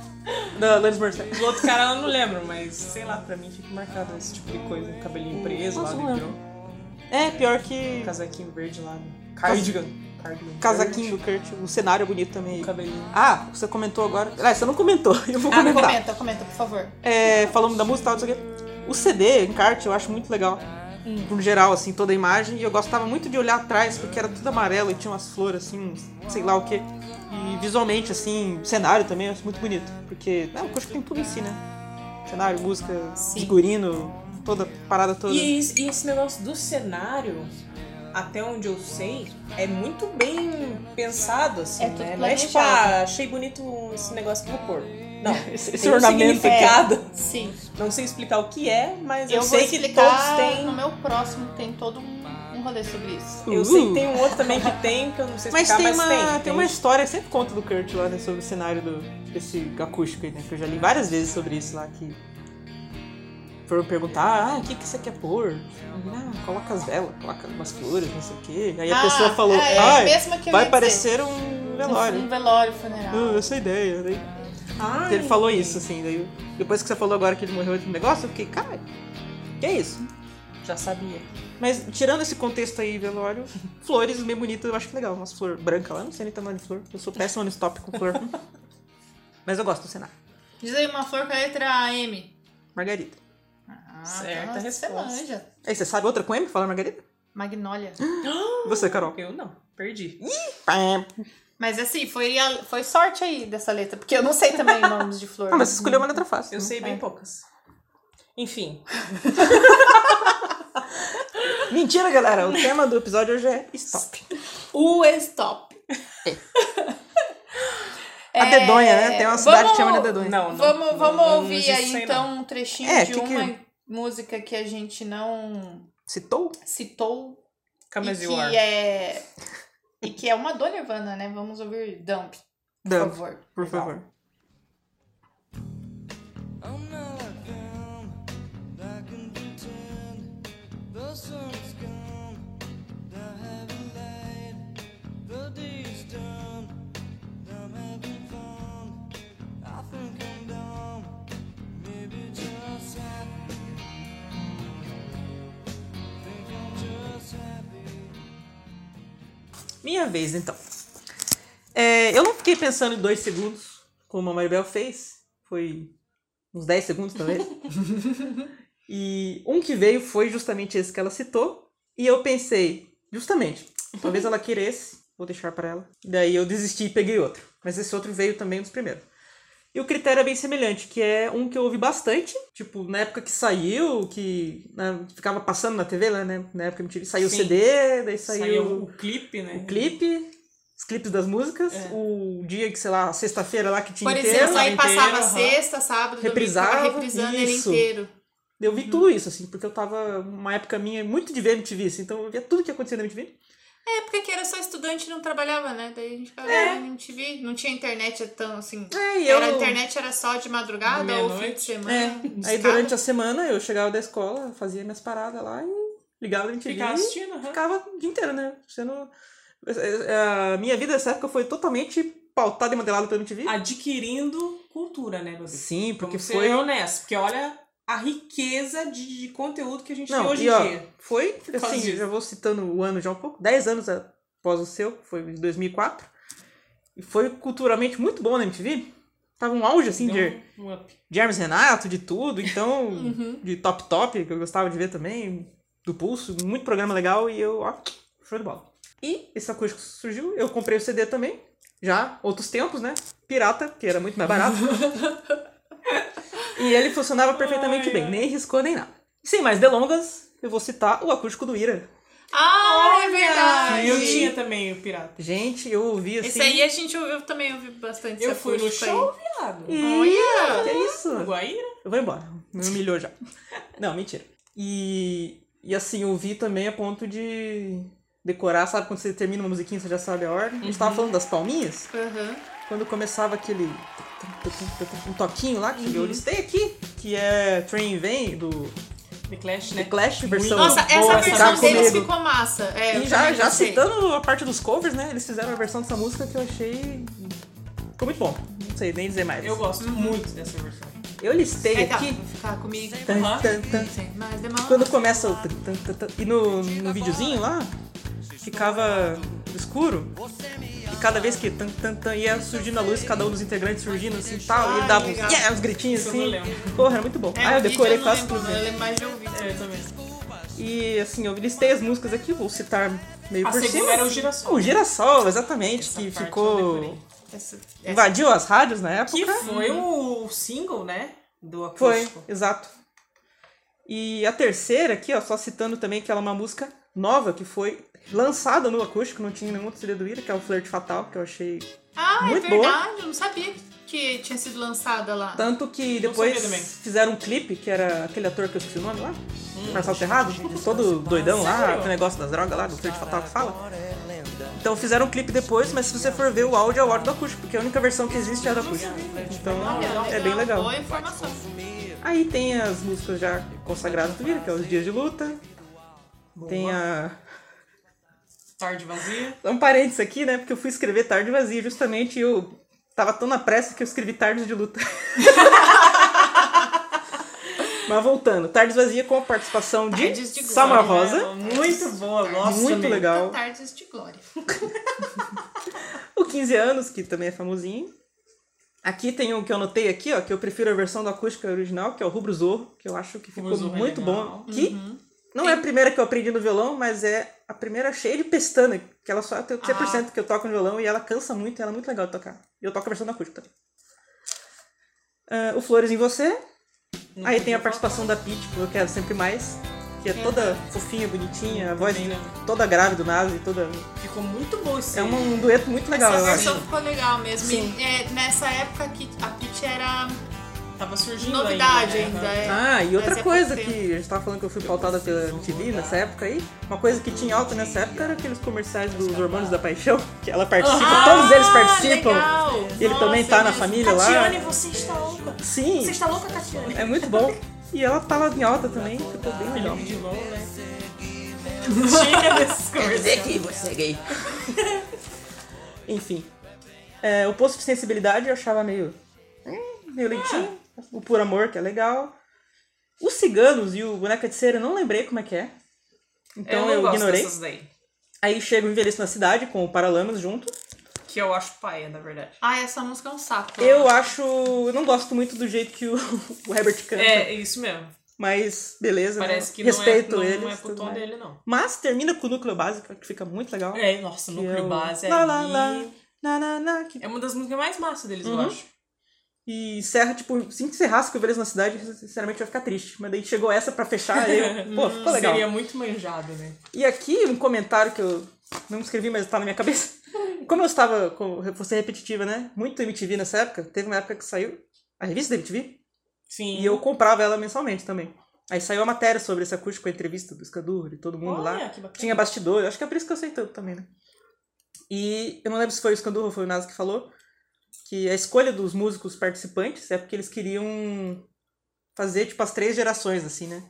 Speaker 3: Da Lance Morissette.
Speaker 4: Do outro cara eu não lembro, mas sei lá, pra mim fica marcado esse tipo de coisa. Cabelinho preso
Speaker 3: Nossa,
Speaker 4: lá,
Speaker 3: não
Speaker 4: Dave Grohl.
Speaker 3: É, pior que.
Speaker 4: Casaquinho verde lá. Cardigan. Cardigan.
Speaker 3: Casaquinho do Kurt. O cenário é bonito também.
Speaker 4: O cabelinho.
Speaker 3: Ah, você comentou agora. Ah, você não comentou. Eu
Speaker 2: Ah,
Speaker 3: vou comentar.
Speaker 2: comenta, comenta, por favor.
Speaker 3: É, falamos da música e tal, não sei o quê. O CD, encarte, eu acho muito legal.
Speaker 4: Hum.
Speaker 3: No geral, assim, toda a imagem. E eu gostava muito de olhar atrás, porque era tudo amarelo e tinha umas flores, assim, uns- sei lá o quê. E visualmente, assim, o cenário também eu acho muito bonito. Porque, não, acho que tem tudo em si, né? Cenário, música,
Speaker 2: Sim.
Speaker 3: figurino, toda a parada toda.
Speaker 4: E, esse- e esse negócio do cenário, até onde eu sei, é muito bem pensado, assim,
Speaker 2: É tudo
Speaker 4: né? Não é tipo,
Speaker 2: planejado.
Speaker 4: ah, achei bonito esse negócio que eu vou pôr. Não,
Speaker 3: Esse- esse
Speaker 4: tem um
Speaker 3: ornamento aqui.
Speaker 4: significado.
Speaker 2: Sim.
Speaker 4: Não sei explicar o que é, mas eu,
Speaker 2: Eu, vou
Speaker 4: sei que todos
Speaker 2: explicar no
Speaker 4: têm.
Speaker 2: meu próximo, tem todo um, um rolê sobre isso.
Speaker 4: Eu sei que tem um outro também que tem, que eu não sei
Speaker 3: Uh. Mas
Speaker 4: explicar,
Speaker 3: tem
Speaker 4: mas
Speaker 3: uma,
Speaker 4: tem.
Speaker 3: tem uma história, que sempre conta do Kurt lá, né, sobre o cenário do, desse acústico aí, né, que eu já li várias vezes sobre isso lá, que foram perguntar, ah, o que, que você quer pôr? Ah, coloca as velas, coloca umas flores, não sei o quê. Aí a
Speaker 2: Ah,
Speaker 3: pessoa falou,
Speaker 2: é,
Speaker 3: ah,
Speaker 2: mesmo que eu
Speaker 3: vai
Speaker 2: ia
Speaker 3: parecer um
Speaker 2: dizer. Um
Speaker 3: velório.
Speaker 2: velório, funeral.
Speaker 3: Ah, essa é a ideia, daí
Speaker 4: Ai,
Speaker 3: ele falou isso, assim, daí depois que você falou agora que ele morreu de um negócio, eu fiquei, cara, que é isso?
Speaker 4: Já sabia.
Speaker 3: Mas tirando esse contexto aí, velório, flores bem bonitas, eu acho que é legal. Umas flores brancas lá, não sei nem tamanho de flor. Eu sou péssima no stop com flor. Mas eu gosto do cenário.
Speaker 2: Diz aí uma flor com a letra M.
Speaker 3: Margarida.
Speaker 2: Ah,
Speaker 4: Certa
Speaker 2: nossa,
Speaker 4: resposta.
Speaker 2: Você manja.
Speaker 3: Aí você sabe outra com M? Fala Margarida?
Speaker 2: Magnólia.
Speaker 3: Você, Carol. Ah,
Speaker 4: Eu não, perdi.
Speaker 2: Mas assim, foi, a- foi sorte aí dessa letra, porque eu não sei também nomes de flor.
Speaker 3: Ah, mas você escolheu uma letra fácil.
Speaker 4: Eu
Speaker 3: né?
Speaker 4: sei bem
Speaker 2: É.
Speaker 4: poucas. Enfim,
Speaker 3: Mentira, galera. O tema do episódio hoje é stop.
Speaker 2: O stop.
Speaker 3: A Dedonha, né? Tem uma cidade que chama de Dedonha.
Speaker 4: não, não.
Speaker 2: É, Vamos,
Speaker 4: não-
Speaker 2: vamos
Speaker 4: não- não
Speaker 2: ouvir
Speaker 4: existe
Speaker 2: aí
Speaker 4: isso
Speaker 2: então
Speaker 4: não.
Speaker 2: um trechinho
Speaker 3: É,
Speaker 2: de
Speaker 3: que que-
Speaker 2: uma música que a gente não
Speaker 3: Citou?
Speaker 2: citou
Speaker 4: Come as
Speaker 2: e
Speaker 4: you are.
Speaker 2: que é e que é uma do Nirvana, né? Vamos ouvir Dump, por
Speaker 3: Dump.
Speaker 2: favor.
Speaker 3: Por favor.
Speaker 1: I'm not like them. I can pretend the sun's gone. The heaven light. The day's done. I'm having fun. I think I'm dumb. Maybe just happy. Think I'm just happy.
Speaker 3: Minha vez, então. É, eu não fiquei pensando em dois segundos, como a Maribel fez. Foi uns 10 segundos, talvez. e um que veio foi justamente esse que ela citou. E eu pensei, justamente, talvez ela queira esse, vou deixar pra ela. Daí eu desisti e peguei outro. Mas esse outro veio também um dos primeiros. E o critério é bem semelhante, que é um que eu ouvi bastante, tipo, na época que saiu, que né, ficava passando na TV lá, né? Na época que saiu o
Speaker 4: Sim.
Speaker 3: CD, daí
Speaker 4: Saiu o clipe, né?
Speaker 3: o clipe, os clipes das músicas,
Speaker 4: É.
Speaker 3: o dia que, sei lá, sexta-feira lá que tinha
Speaker 2: Por
Speaker 3: inteiro.
Speaker 2: exemplo, aí
Speaker 4: inteiro,
Speaker 2: passava
Speaker 4: aham.
Speaker 2: sexta, sábado, domingo,
Speaker 3: Reprisava,
Speaker 2: ficava reprisando ele
Speaker 3: isso.
Speaker 2: inteiro.
Speaker 3: Eu vi tudo isso, assim, porque eu tava numa época minha muito de ver MTV, assim, então eu via tudo que acontecia na MTV.
Speaker 2: É, porque que era só estudante e não trabalhava, né? Daí a gente ficava é. na MTV, não tinha internet tão assim.
Speaker 3: É, e eu.
Speaker 2: Era, a internet era só de madrugada ou fim de
Speaker 4: Meia-noite.
Speaker 2: semana.
Speaker 3: É, aí
Speaker 2: Discada.
Speaker 3: durante a semana eu chegava da escola, fazia minhas paradas lá e ligava na MTV.
Speaker 4: Ficar
Speaker 3: e
Speaker 4: assistindo, aham.
Speaker 3: ficava o dia inteiro, né? Sendo... eh, A minha vida nessa época foi totalmente pautada e modelada pela MTV.
Speaker 4: Ah, adquirindo cultura, né, Babi?
Speaker 3: Sim, porque
Speaker 4: Vamos ser
Speaker 3: foi.
Speaker 4: honesto, porque olha a riqueza de, de conteúdo que a gente tem
Speaker 3: Não,
Speaker 4: hoje
Speaker 3: e, ó,
Speaker 4: em dia.
Speaker 3: Foi,
Speaker 4: causa
Speaker 3: assim,
Speaker 4: disso.
Speaker 3: já vou citando o ano já um pouco, 10 anos após o seu, foi em 2004. E foi culturalmente muito bom na MTV. Tava um auge, assim, de,
Speaker 4: Deu um, um up.
Speaker 3: de Hermes Renato, de tudo. Então,
Speaker 2: Uhum.
Speaker 3: de Top Top, que eu gostava de ver também. Do Pulso. Muito programa legal. E eu, ó, show de bola. E esse acústico surgiu. Eu comprei o CD também. Já, outros tempos, né? Pirata, que era muito mais barato. e ele funcionava perfeitamente
Speaker 4: Ai,
Speaker 3: bem.
Speaker 4: ai.
Speaker 3: Nem riscou, nem nada. Sem mais delongas, eu vou citar o acústico do Ira.
Speaker 2: Ah, é
Speaker 4: Ah,
Speaker 2: verdade!
Speaker 4: eu tinha também o pirata.
Speaker 3: Gente, eu ouvi assim...
Speaker 2: Esse aí a gente ouviu, eu também ouvi bastante
Speaker 4: Eu
Speaker 2: esse
Speaker 4: fui no
Speaker 2: acústico aí.
Speaker 4: show, viado. né?
Speaker 3: Ih, que é isso?
Speaker 4: Guaíra?
Speaker 3: Eu vou embora. Me humilhou já. Não, mentira. E, e assim, eu vi também a ponto de decorar, sabe? Quando você termina uma musiquinha, você já sabe a ordem. A gente
Speaker 2: Uhum.
Speaker 3: tava falando das palminhas.
Speaker 2: Aham.
Speaker 3: Quando começava aquele um toquinho lá, que eu
Speaker 2: Uhum.
Speaker 3: listei aqui, que é Train Vem, do
Speaker 4: The Clash, né?
Speaker 3: The Clash, versão...
Speaker 2: É. Nossa,
Speaker 4: Boa,
Speaker 2: essa
Speaker 4: essa
Speaker 2: versão
Speaker 4: tá
Speaker 2: deles
Speaker 3: comigo.
Speaker 2: ficou massa. É, eu
Speaker 3: E já,
Speaker 2: também
Speaker 3: já
Speaker 2: gostei.
Speaker 3: citando a parte dos covers, né? Eles fizeram a versão dessa música que eu achei... Ficou muito bom. Não sei nem dizer mais.
Speaker 4: Eu gosto muito dessa versão.
Speaker 3: Eu listei
Speaker 2: É, tá,
Speaker 3: aqui...
Speaker 2: vou ficar comigo.
Speaker 3: Tan,
Speaker 4: Aham.
Speaker 3: tan, tan.
Speaker 2: Sem mais demora.
Speaker 3: Quando começa o. tan, tan, tan, tan, E no, no videozinho lá, ficava escuro. E cada vez que tan, tan, tan, ia surgindo a luz, cada um dos integrantes surgindo assim e tal. E
Speaker 2: Ai,
Speaker 3: dava uns,
Speaker 2: legal.
Speaker 3: yeah, uns gritinhos
Speaker 4: Isso eu não
Speaker 3: assim.
Speaker 4: lembro.
Speaker 3: Porra, era muito bom.
Speaker 2: É,
Speaker 3: ah, eu
Speaker 2: o vídeo
Speaker 3: decorei
Speaker 2: não
Speaker 3: quase
Speaker 2: lembro,
Speaker 3: tudo. É,
Speaker 2: Eu lembro mais de ouvir.
Speaker 4: Eu também. né?
Speaker 3: E assim, eu listei as músicas aqui, vou citar meio
Speaker 4: A
Speaker 3: por
Speaker 4: segunda
Speaker 3: cima.
Speaker 4: era o Girassol.
Speaker 3: O Girassol, exatamente,
Speaker 4: Essa
Speaker 3: que
Speaker 4: parte eu
Speaker 3: ficou.
Speaker 4: decorei.
Speaker 2: Essa- essa-
Speaker 3: Invadiu as rádios na época.
Speaker 4: Que foi o single, né? Do
Speaker 3: Foi,
Speaker 4: acústico.
Speaker 3: exato. E a terceira aqui, ó, só citando também que ela é uma música nova que foi lançada no acústico, não tinha nenhum outro CD do Ira, que é o Flirt Fatal, que eu achei.
Speaker 2: Ah,
Speaker 3: Muito Tá.
Speaker 2: é
Speaker 3: boa.
Speaker 2: verdade. Eu não sabia que tinha sido lançada lá.
Speaker 3: Tanto que
Speaker 4: Não
Speaker 3: depois
Speaker 4: sabia também.
Speaker 3: fizeram um clipe, que era aquele ator que eu esqueci o nome lá,
Speaker 4: Hum.
Speaker 3: Marcelo Ferrado, todo doidão lá,
Speaker 4: Sério?
Speaker 3: aquele negócio das drogas lá, do Flirt Fatal que fala.
Speaker 4: é
Speaker 3: Então fizeram um clipe depois, mas se você for ver o áudio, é o áudio do acústico, porque a única versão que existe é a do acústico. Então é bem legal.
Speaker 2: Boa informação.
Speaker 3: Aí tem as músicas já consagradas do Vira, que é os Dias de Luta. Tem a.
Speaker 4: Tarde vazia.
Speaker 3: Um parênteses aqui, né? Porque eu fui escrever Tarde Vazia, justamente e eu tava tão na pressa que eu escrevi Tardes de Luta. Mas voltando, Tardes Vazia com a participação de,
Speaker 2: Tardes de Glória,
Speaker 3: Samar Rosa.
Speaker 4: É, muito boa, nossa.
Speaker 3: Muito
Speaker 4: meu.
Speaker 3: legal.
Speaker 2: Tardes de Glória.
Speaker 3: O 15 anos, que também é famosinho. Aqui tem um que eu anotei aqui, ó, que eu prefiro a versão do acústica original, que é o Rubro Zorro, que eu acho que ficou
Speaker 4: Rubro Zorro é
Speaker 3: muito
Speaker 4: legal. Uhum.
Speaker 3: bom. Que não é a primeira que eu aprendi no violão, mas é a primeira cheia de pestana, que ela só
Speaker 4: Ah.
Speaker 3: tem 100% que eu toco no violão e ela cansa muito, e ela é muito legal de tocar. E eu toco a versão do acústica também. Ah, o Flores em Você.
Speaker 4: Não
Speaker 3: Aí
Speaker 4: podia
Speaker 3: tem a
Speaker 4: faltar.
Speaker 3: participação da Pete, que eu quero sempre mais. Que é toda fofinha, bonitinha, a voz
Speaker 4: Também, né?
Speaker 3: toda grave do Nazi, toda.
Speaker 4: Ficou muito bom esse
Speaker 3: É um, um dueto muito legal,
Speaker 2: Essa
Speaker 3: eu acho.
Speaker 2: versão ficou legal mesmo.
Speaker 3: Sim.
Speaker 2: E, é, nessa época que a Peach era
Speaker 4: Tava surgindo
Speaker 2: novidade ainda.
Speaker 4: ainda. né?
Speaker 2: é.
Speaker 3: Ah, e
Speaker 2: Mas é
Speaker 3: outra
Speaker 2: por
Speaker 3: coisa
Speaker 2: tempo.
Speaker 3: que a gente tava falando que eu fui pautada pela MTV nessa época aí, uma coisa que tinha alta nessa época era aqueles comerciais dos Hormônios da Paixão, que ela participa, todos eles participam.
Speaker 2: Ah, legal.
Speaker 3: E ele também
Speaker 2: Nossa,
Speaker 3: tá na
Speaker 2: eles-
Speaker 3: família lá.
Speaker 4: Tatiane, você está louca. Você
Speaker 3: Sim,
Speaker 4: está louca, Tatiane?
Speaker 3: é muito bom. E ela tava em alta também, ficou bem legal.
Speaker 4: Felipe Dilon, né? Chega desses comerciais.
Speaker 3: que você é gay. Enfim. É, o posto de sensibilidade eu achava meio. hum, meio lentinho. O Por Amor, que é legal. Os Ciganos e o Boneca de Cera, eu não lembrei como é que é. Então
Speaker 4: não
Speaker 3: eu,
Speaker 4: gosto
Speaker 3: ignorei.
Speaker 4: dessas daí.
Speaker 3: Aí chega o Envelheço na Cidade com o Paralamas junto.
Speaker 4: Que eu acho paia, na verdade.
Speaker 2: Ah, essa música é um saco.
Speaker 3: Eu acho. Eu não gosto muito do jeito que o, o Herbert canta.
Speaker 4: É, isso mesmo.
Speaker 3: Mas beleza. né?
Speaker 4: Parece que
Speaker 3: respeito
Speaker 4: não é,
Speaker 3: eles,
Speaker 4: não, não é pro
Speaker 3: tudo
Speaker 4: tom
Speaker 3: mais.
Speaker 4: dele, não.
Speaker 3: Mas termina com o núcleo básico, que fica muito legal.
Speaker 4: É, nossa,
Speaker 3: Que
Speaker 4: núcleo
Speaker 3: o
Speaker 4: base é
Speaker 3: lá,
Speaker 4: ali.
Speaker 3: lá, lá, na, na, na, que
Speaker 4: É uma das músicas mais massas deles, eu
Speaker 3: Uhum.
Speaker 4: acho.
Speaker 3: E encerra, tipo, se encerrasse com o Velhas na Cidade, sinceramente eu ia ficar triste. Mas daí chegou essa pra fechar e eu, pô, ficou legal.
Speaker 4: Hum, Seria muito manjado, né?
Speaker 3: E aqui um comentário que eu não escrevi, mas tá na minha cabeça. Como eu estava, com- vou ser repetitiva, né? Muito MTV nessa época. Teve uma época que saiu a revista da MTV
Speaker 4: Sim.
Speaker 3: e eu comprava ela mensalmente também. Aí saiu a matéria sobre esse acústico, a entrevista do Escadura e todo mundo
Speaker 4: Olha,
Speaker 3: lá.
Speaker 4: que bacana.
Speaker 3: Tinha bastidor, acho que é por isso que eu sei tanto também, né? E eu não lembro se foi o Escandurro ou foi o Nasa que falou que a escolha dos músicos participantes é porque eles queriam fazer, tipo, as três gerações, assim, né?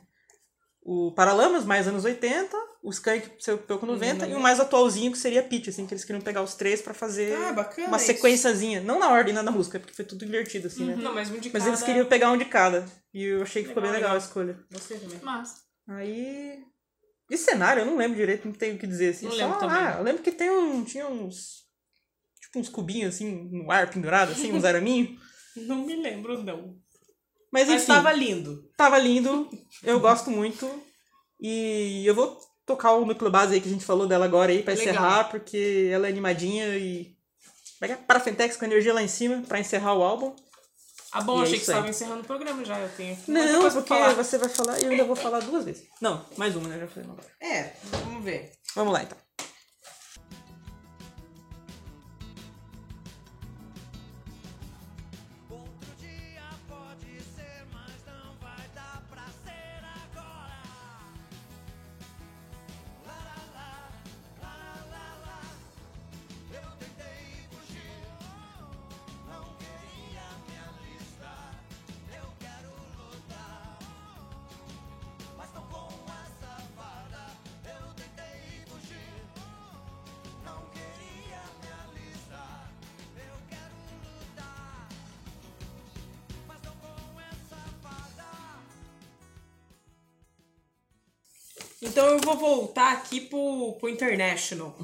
Speaker 3: O Paralamas, mais anos 80, o Skank, seu pouco 90,
Speaker 4: Uhum.
Speaker 3: e o mais atualzinho, que seria Pitch, assim, que eles queriam pegar os três pra fazer
Speaker 4: Ah, bacana
Speaker 3: uma
Speaker 4: isso.
Speaker 3: sequenciazinha. Não na ordem, né, da música, porque foi tudo invertido, assim, né?
Speaker 4: Não, mas um de
Speaker 3: Mas
Speaker 4: cada...
Speaker 3: eles queriam pegar um de cada. E eu achei que ficou bem legal
Speaker 4: Legal,
Speaker 3: a
Speaker 4: legal.
Speaker 3: escolha.
Speaker 4: Você também.
Speaker 2: Mas,
Speaker 3: Aí. De cenário, eu não lembro direito, não tenho o que dizer. Assim,
Speaker 4: Não
Speaker 3: só,
Speaker 4: lembro também.
Speaker 3: ah, eu lembro que tem um, tinha uns. Tipo uns cubinhos assim, no ar pendurado, assim, uns araminhos.
Speaker 4: Não me lembro, não.
Speaker 3: Mas
Speaker 4: Mas
Speaker 3: enfim,
Speaker 4: tava lindo.
Speaker 3: tava lindo. Eu gosto muito. E eu vou tocar o núcleo base aí que a gente falou dela agora aí pra
Speaker 4: Legal.
Speaker 3: encerrar, porque ela é animadinha e. Vai para Fentex com a energia lá em cima pra encerrar o álbum.
Speaker 4: Ah,
Speaker 3: E
Speaker 4: bom,
Speaker 3: é
Speaker 4: achei que
Speaker 3: isso
Speaker 4: você
Speaker 3: aí.
Speaker 4: tava encerrando o programa já. Eu tenho aqui muita
Speaker 3: Não,
Speaker 4: coisa pra
Speaker 3: porque
Speaker 4: falar.
Speaker 3: você vai falar e eu ainda vou falar duas vezes. Não, mais uma, né? Já falei uma agora.
Speaker 4: É, vamos ver.
Speaker 3: Vamos lá então.
Speaker 5: Outro dia pode ser, mas não vai dar pra ser agora. Lá, lá, lá, lá, lá, lá. Eu tentei fugir, não queria me alistar. Eu quero lutar, mas não com essa vara. Eu tentei fugir, não queria me alistar. Eu quero lutar. Mas não com essa fada.
Speaker 4: Então eu vou voltar aqui pro, pro International.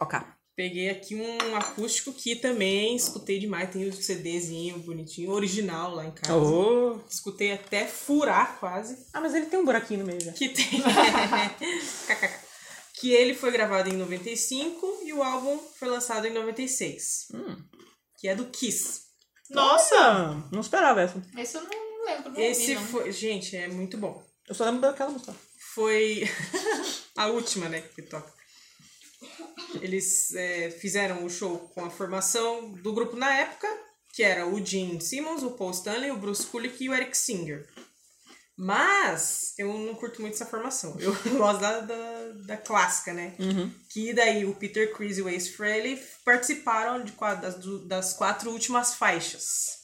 Speaker 3: Ok.
Speaker 4: Peguei aqui um acústico que também escutei demais. Tem o CDzinho bonitinho, original lá em casa.
Speaker 3: Oh.
Speaker 4: Escutei até furar quase.
Speaker 3: Ah, mas ele tem um buraquinho no meio já.
Speaker 4: Que tem. que ele foi gravado em 95 e o álbum foi lançado em 96.
Speaker 3: Hum.
Speaker 4: Que é do Kiss.
Speaker 3: Nossa! Não esperava essa.
Speaker 2: Esse eu não lembro. Não
Speaker 4: Esse
Speaker 2: ouvi,
Speaker 3: né?
Speaker 2: não.
Speaker 4: foi. Gente, é muito bom.
Speaker 3: Eu só lembro daquela música.
Speaker 4: Foi a última, né? Que toca. Eles é, fizeram o show com a formação do grupo na época, que era o Gene Simmons, o Paul Stanley, o Bruce Kulick e o Eric Singer. Mas eu não curto muito essa formação. Eu gosto da, da, da clássica, né? Que daí o Peter Chris e o Ace Frehley participaram de, qua- das, du- das quatro últimas faixas.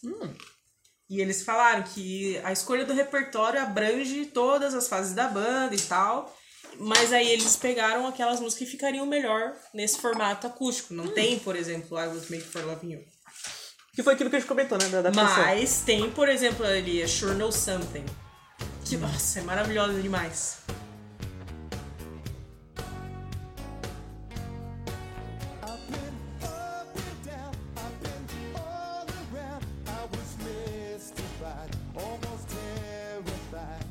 Speaker 4: E eles falaram que a escolha do repertório abrange todas as fases da banda e tal. Mas aí eles pegaram aquelas músicas que ficariam melhor nesse formato acústico. Não tem, por exemplo, I Was Made For Loving You.
Speaker 3: Que foi aquilo que a gente comentou, né? Da, da canção.
Speaker 4: Mas tem, por exemplo, ali a Sure Know Something. Que, nossa, é maravilhosa demais.
Speaker 5: I've been up and down, I've been all around. I was mystified, almost terrified.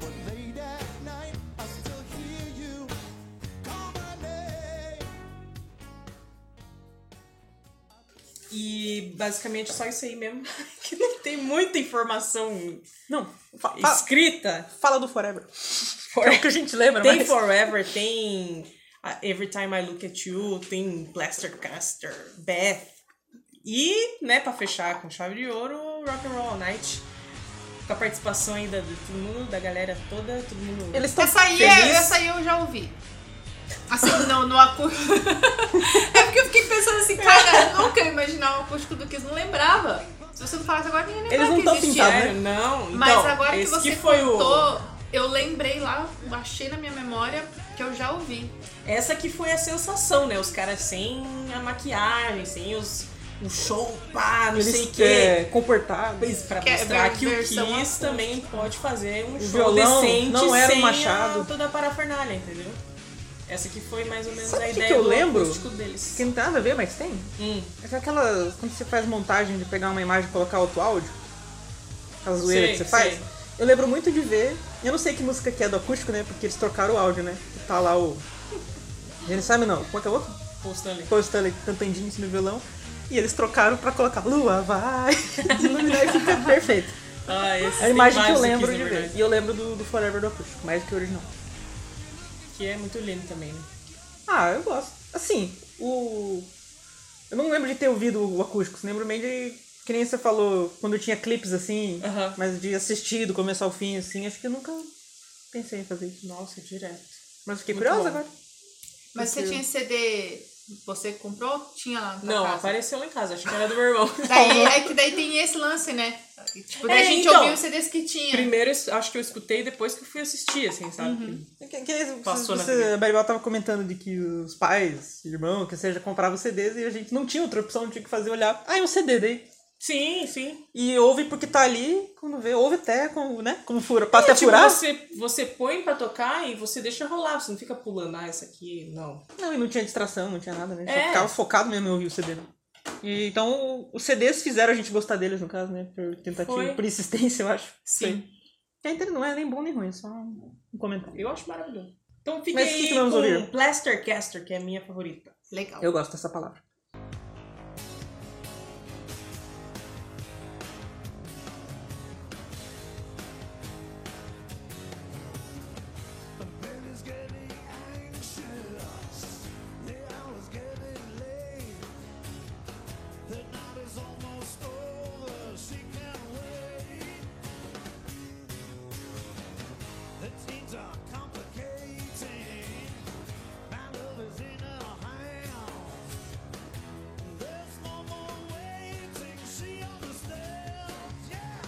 Speaker 5: But late at night, I still hear you call my name.
Speaker 4: E basicamente só isso aí mesmo. que não tem muita informação
Speaker 3: Não, fa- fa-
Speaker 4: escrita.
Speaker 3: fala do Forever. É o que a gente lembra,
Speaker 4: Tem
Speaker 3: mas...
Speaker 4: Forever, tem a Every Time I Look at You, tem Blaster Caster, Beth. E, né, pra fechar com chave de ouro, Rock and Roll All Night. Com a participação ainda de todo mundo, da galera toda, todo mundo.
Speaker 3: Eles estão
Speaker 2: Essa aí, é-
Speaker 3: felizes.
Speaker 2: essa aí eu já ouvi. Assim, não, no acústico. é porque eu fiquei pensando assim, cara, eu nunca ia imaginar o acústico do Kiss, não lembrava. Se você não falasse agora, ninguém lembrava
Speaker 3: Eles não
Speaker 2: que
Speaker 3: tão
Speaker 2: existia. né?
Speaker 3: pintados, né?
Speaker 4: Sério, é, não.
Speaker 2: Mas
Speaker 4: então,
Speaker 2: agora que
Speaker 4: esse
Speaker 2: você
Speaker 4: foi o-
Speaker 2: contou, eu lembrei lá, eu achei na minha memória que eu já ouvi.
Speaker 4: Essa que foi a sensação, né? Os caras sem a maquiagem, sem os, o show, pá, não
Speaker 3: Eles,
Speaker 4: sei o quê.
Speaker 3: é, comportados.
Speaker 4: Pois, pra
Speaker 2: Que é
Speaker 4: mostrar
Speaker 2: ver-
Speaker 4: que o
Speaker 2: versão
Speaker 4: Kiss
Speaker 2: acústica.
Speaker 4: também pode fazer um show
Speaker 3: violão
Speaker 4: decente
Speaker 3: não era um
Speaker 4: sem
Speaker 3: machado.
Speaker 4: A, toda a parafernália, entendeu? Essa que foi mais ou menos
Speaker 3: Sabe
Speaker 4: a
Speaker 3: o que
Speaker 4: ideia
Speaker 3: que eu
Speaker 4: do
Speaker 3: lembro?
Speaker 4: acústico deles.
Speaker 3: Que não tem nada a ver, mas tem.
Speaker 4: Hum,
Speaker 3: É que aquela... Quando você faz montagem de pegar uma imagem e colocar outro áudio. Aquela zoeira
Speaker 4: Sei,
Speaker 3: que você faz.
Speaker 4: sei.
Speaker 3: Eu lembro muito de ver... Eu não sei que música que é do acústico, né? Porque eles trocaram o áudio, né? Que tá lá o... Ele sabe não. Como é que é o outro?
Speaker 4: postando ali.
Speaker 3: Paul Stanley cantandinho no violão. E eles trocaram pra colocar Lua vai iluminar e fica perfeito.
Speaker 4: Ah, esse
Speaker 3: É a imagem que
Speaker 4: tem
Speaker 3: eu
Speaker 4: vários
Speaker 3: lembro
Speaker 4: Kiss,
Speaker 3: de
Speaker 4: na
Speaker 3: ver.
Speaker 4: verdade,
Speaker 3: E eu lembro do, do Forever do Acústico, mais do que o original.
Speaker 4: Que é muito lindo também, né?
Speaker 3: Ah, eu gosto. Assim, o. Eu não lembro de ter ouvido o acústico, eu lembro bem de. Que nem você falou, quando tinha clipes assim,
Speaker 4: Aham.
Speaker 3: mas de assistir do começo ao fim, assim, acho que eu nunca pensei em fazer isso.
Speaker 4: Nossa, direto.
Speaker 3: Mas fiquei
Speaker 4: Muito
Speaker 3: curiosa
Speaker 4: bom.
Speaker 3: agora.
Speaker 2: Mas você
Speaker 3: Porque-
Speaker 2: tinha CD, você comprou? Tinha lá na tua
Speaker 4: Não,
Speaker 2: casa?
Speaker 4: apareceu lá em casa, acho que era do meu irmão.
Speaker 2: Daí, é que daí tem esse lance, né? Tipo, daí
Speaker 4: É,
Speaker 2: a gente
Speaker 4: então.
Speaker 2: ouviu os CDs que tinha.
Speaker 4: Primeiro, eu- acho que eu escutei depois que eu fui assistir, assim, sabe?
Speaker 2: Uhum.
Speaker 3: Que, que é isso,
Speaker 4: Passou na
Speaker 3: você,
Speaker 4: TV.
Speaker 3: a Maribel tava comentando de que os pais, irmão, que seja, compravam CDs e a gente não tinha outra opção, tinha que fazer olhar. Ah, é um CD daí.
Speaker 4: Sim, sim.
Speaker 3: E ouve porque tá ali, quando vê, ouve até como, né? Como fura, pra até
Speaker 4: tipo,
Speaker 3: furar.
Speaker 4: Você, você põe pra tocar e você deixa rolar. Você não fica pulando, ah, essa aqui, não.
Speaker 3: Não, e não tinha distração, não tinha nada, né? Só
Speaker 4: É.
Speaker 3: ficava focado mesmo em ouvir o CD. né? E, então, os CDs fizeram a gente gostar deles, no caso, né? Por tentativa,
Speaker 4: Foi.
Speaker 3: por insistência, eu acho.
Speaker 4: Sim.
Speaker 3: Foi. E ainda não é nem bom nem ruim, é só um comentário.
Speaker 4: Eu acho maravilhoso. Então fiquei
Speaker 3: Mas o que que nós
Speaker 4: com
Speaker 3: vamos ouvir?
Speaker 4: Plastercaster, que é a minha favorita.
Speaker 2: Legal.
Speaker 3: Eu gosto dessa palavra.
Speaker 5: Baby's getting anxious. The hour's getting late. The night is almost over. She can't wait. The teens are complicating. My love is in her hands. There's no more waiting. She understands. Yeah.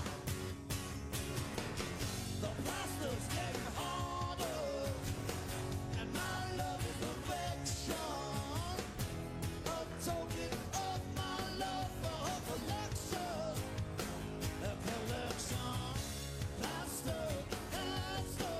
Speaker 5: The plaster's getting harder, and my love is perfection. A token of my love for her collection, a collection. Plaster, plaster,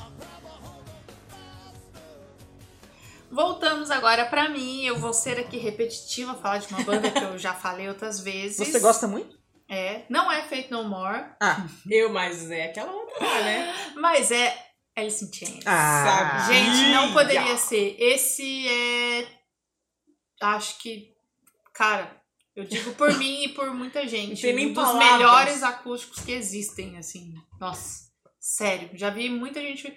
Speaker 5: I'll grab a hold of the plaster.
Speaker 2: Voltamos agora pra mim. Eu vou ser aqui repetitiva, falar de uma banda que eu já falei outras vezes.
Speaker 3: Você gosta muito?
Speaker 2: É. Não é Fate No More,
Speaker 3: Ah,
Speaker 4: Eu, mas é aquela outra lá, né?
Speaker 2: mas é Alice in Chains.
Speaker 3: ah
Speaker 4: Sabe,
Speaker 2: Gente, não
Speaker 4: Ia.
Speaker 2: poderia ser. Esse é. Acho que. Cara, eu digo por mim e por muita gente.
Speaker 4: Não tem nem
Speaker 2: um dos
Speaker 4: palavras.
Speaker 2: melhores acústicos que existem, assim. Nossa, sério. Já vi muita gente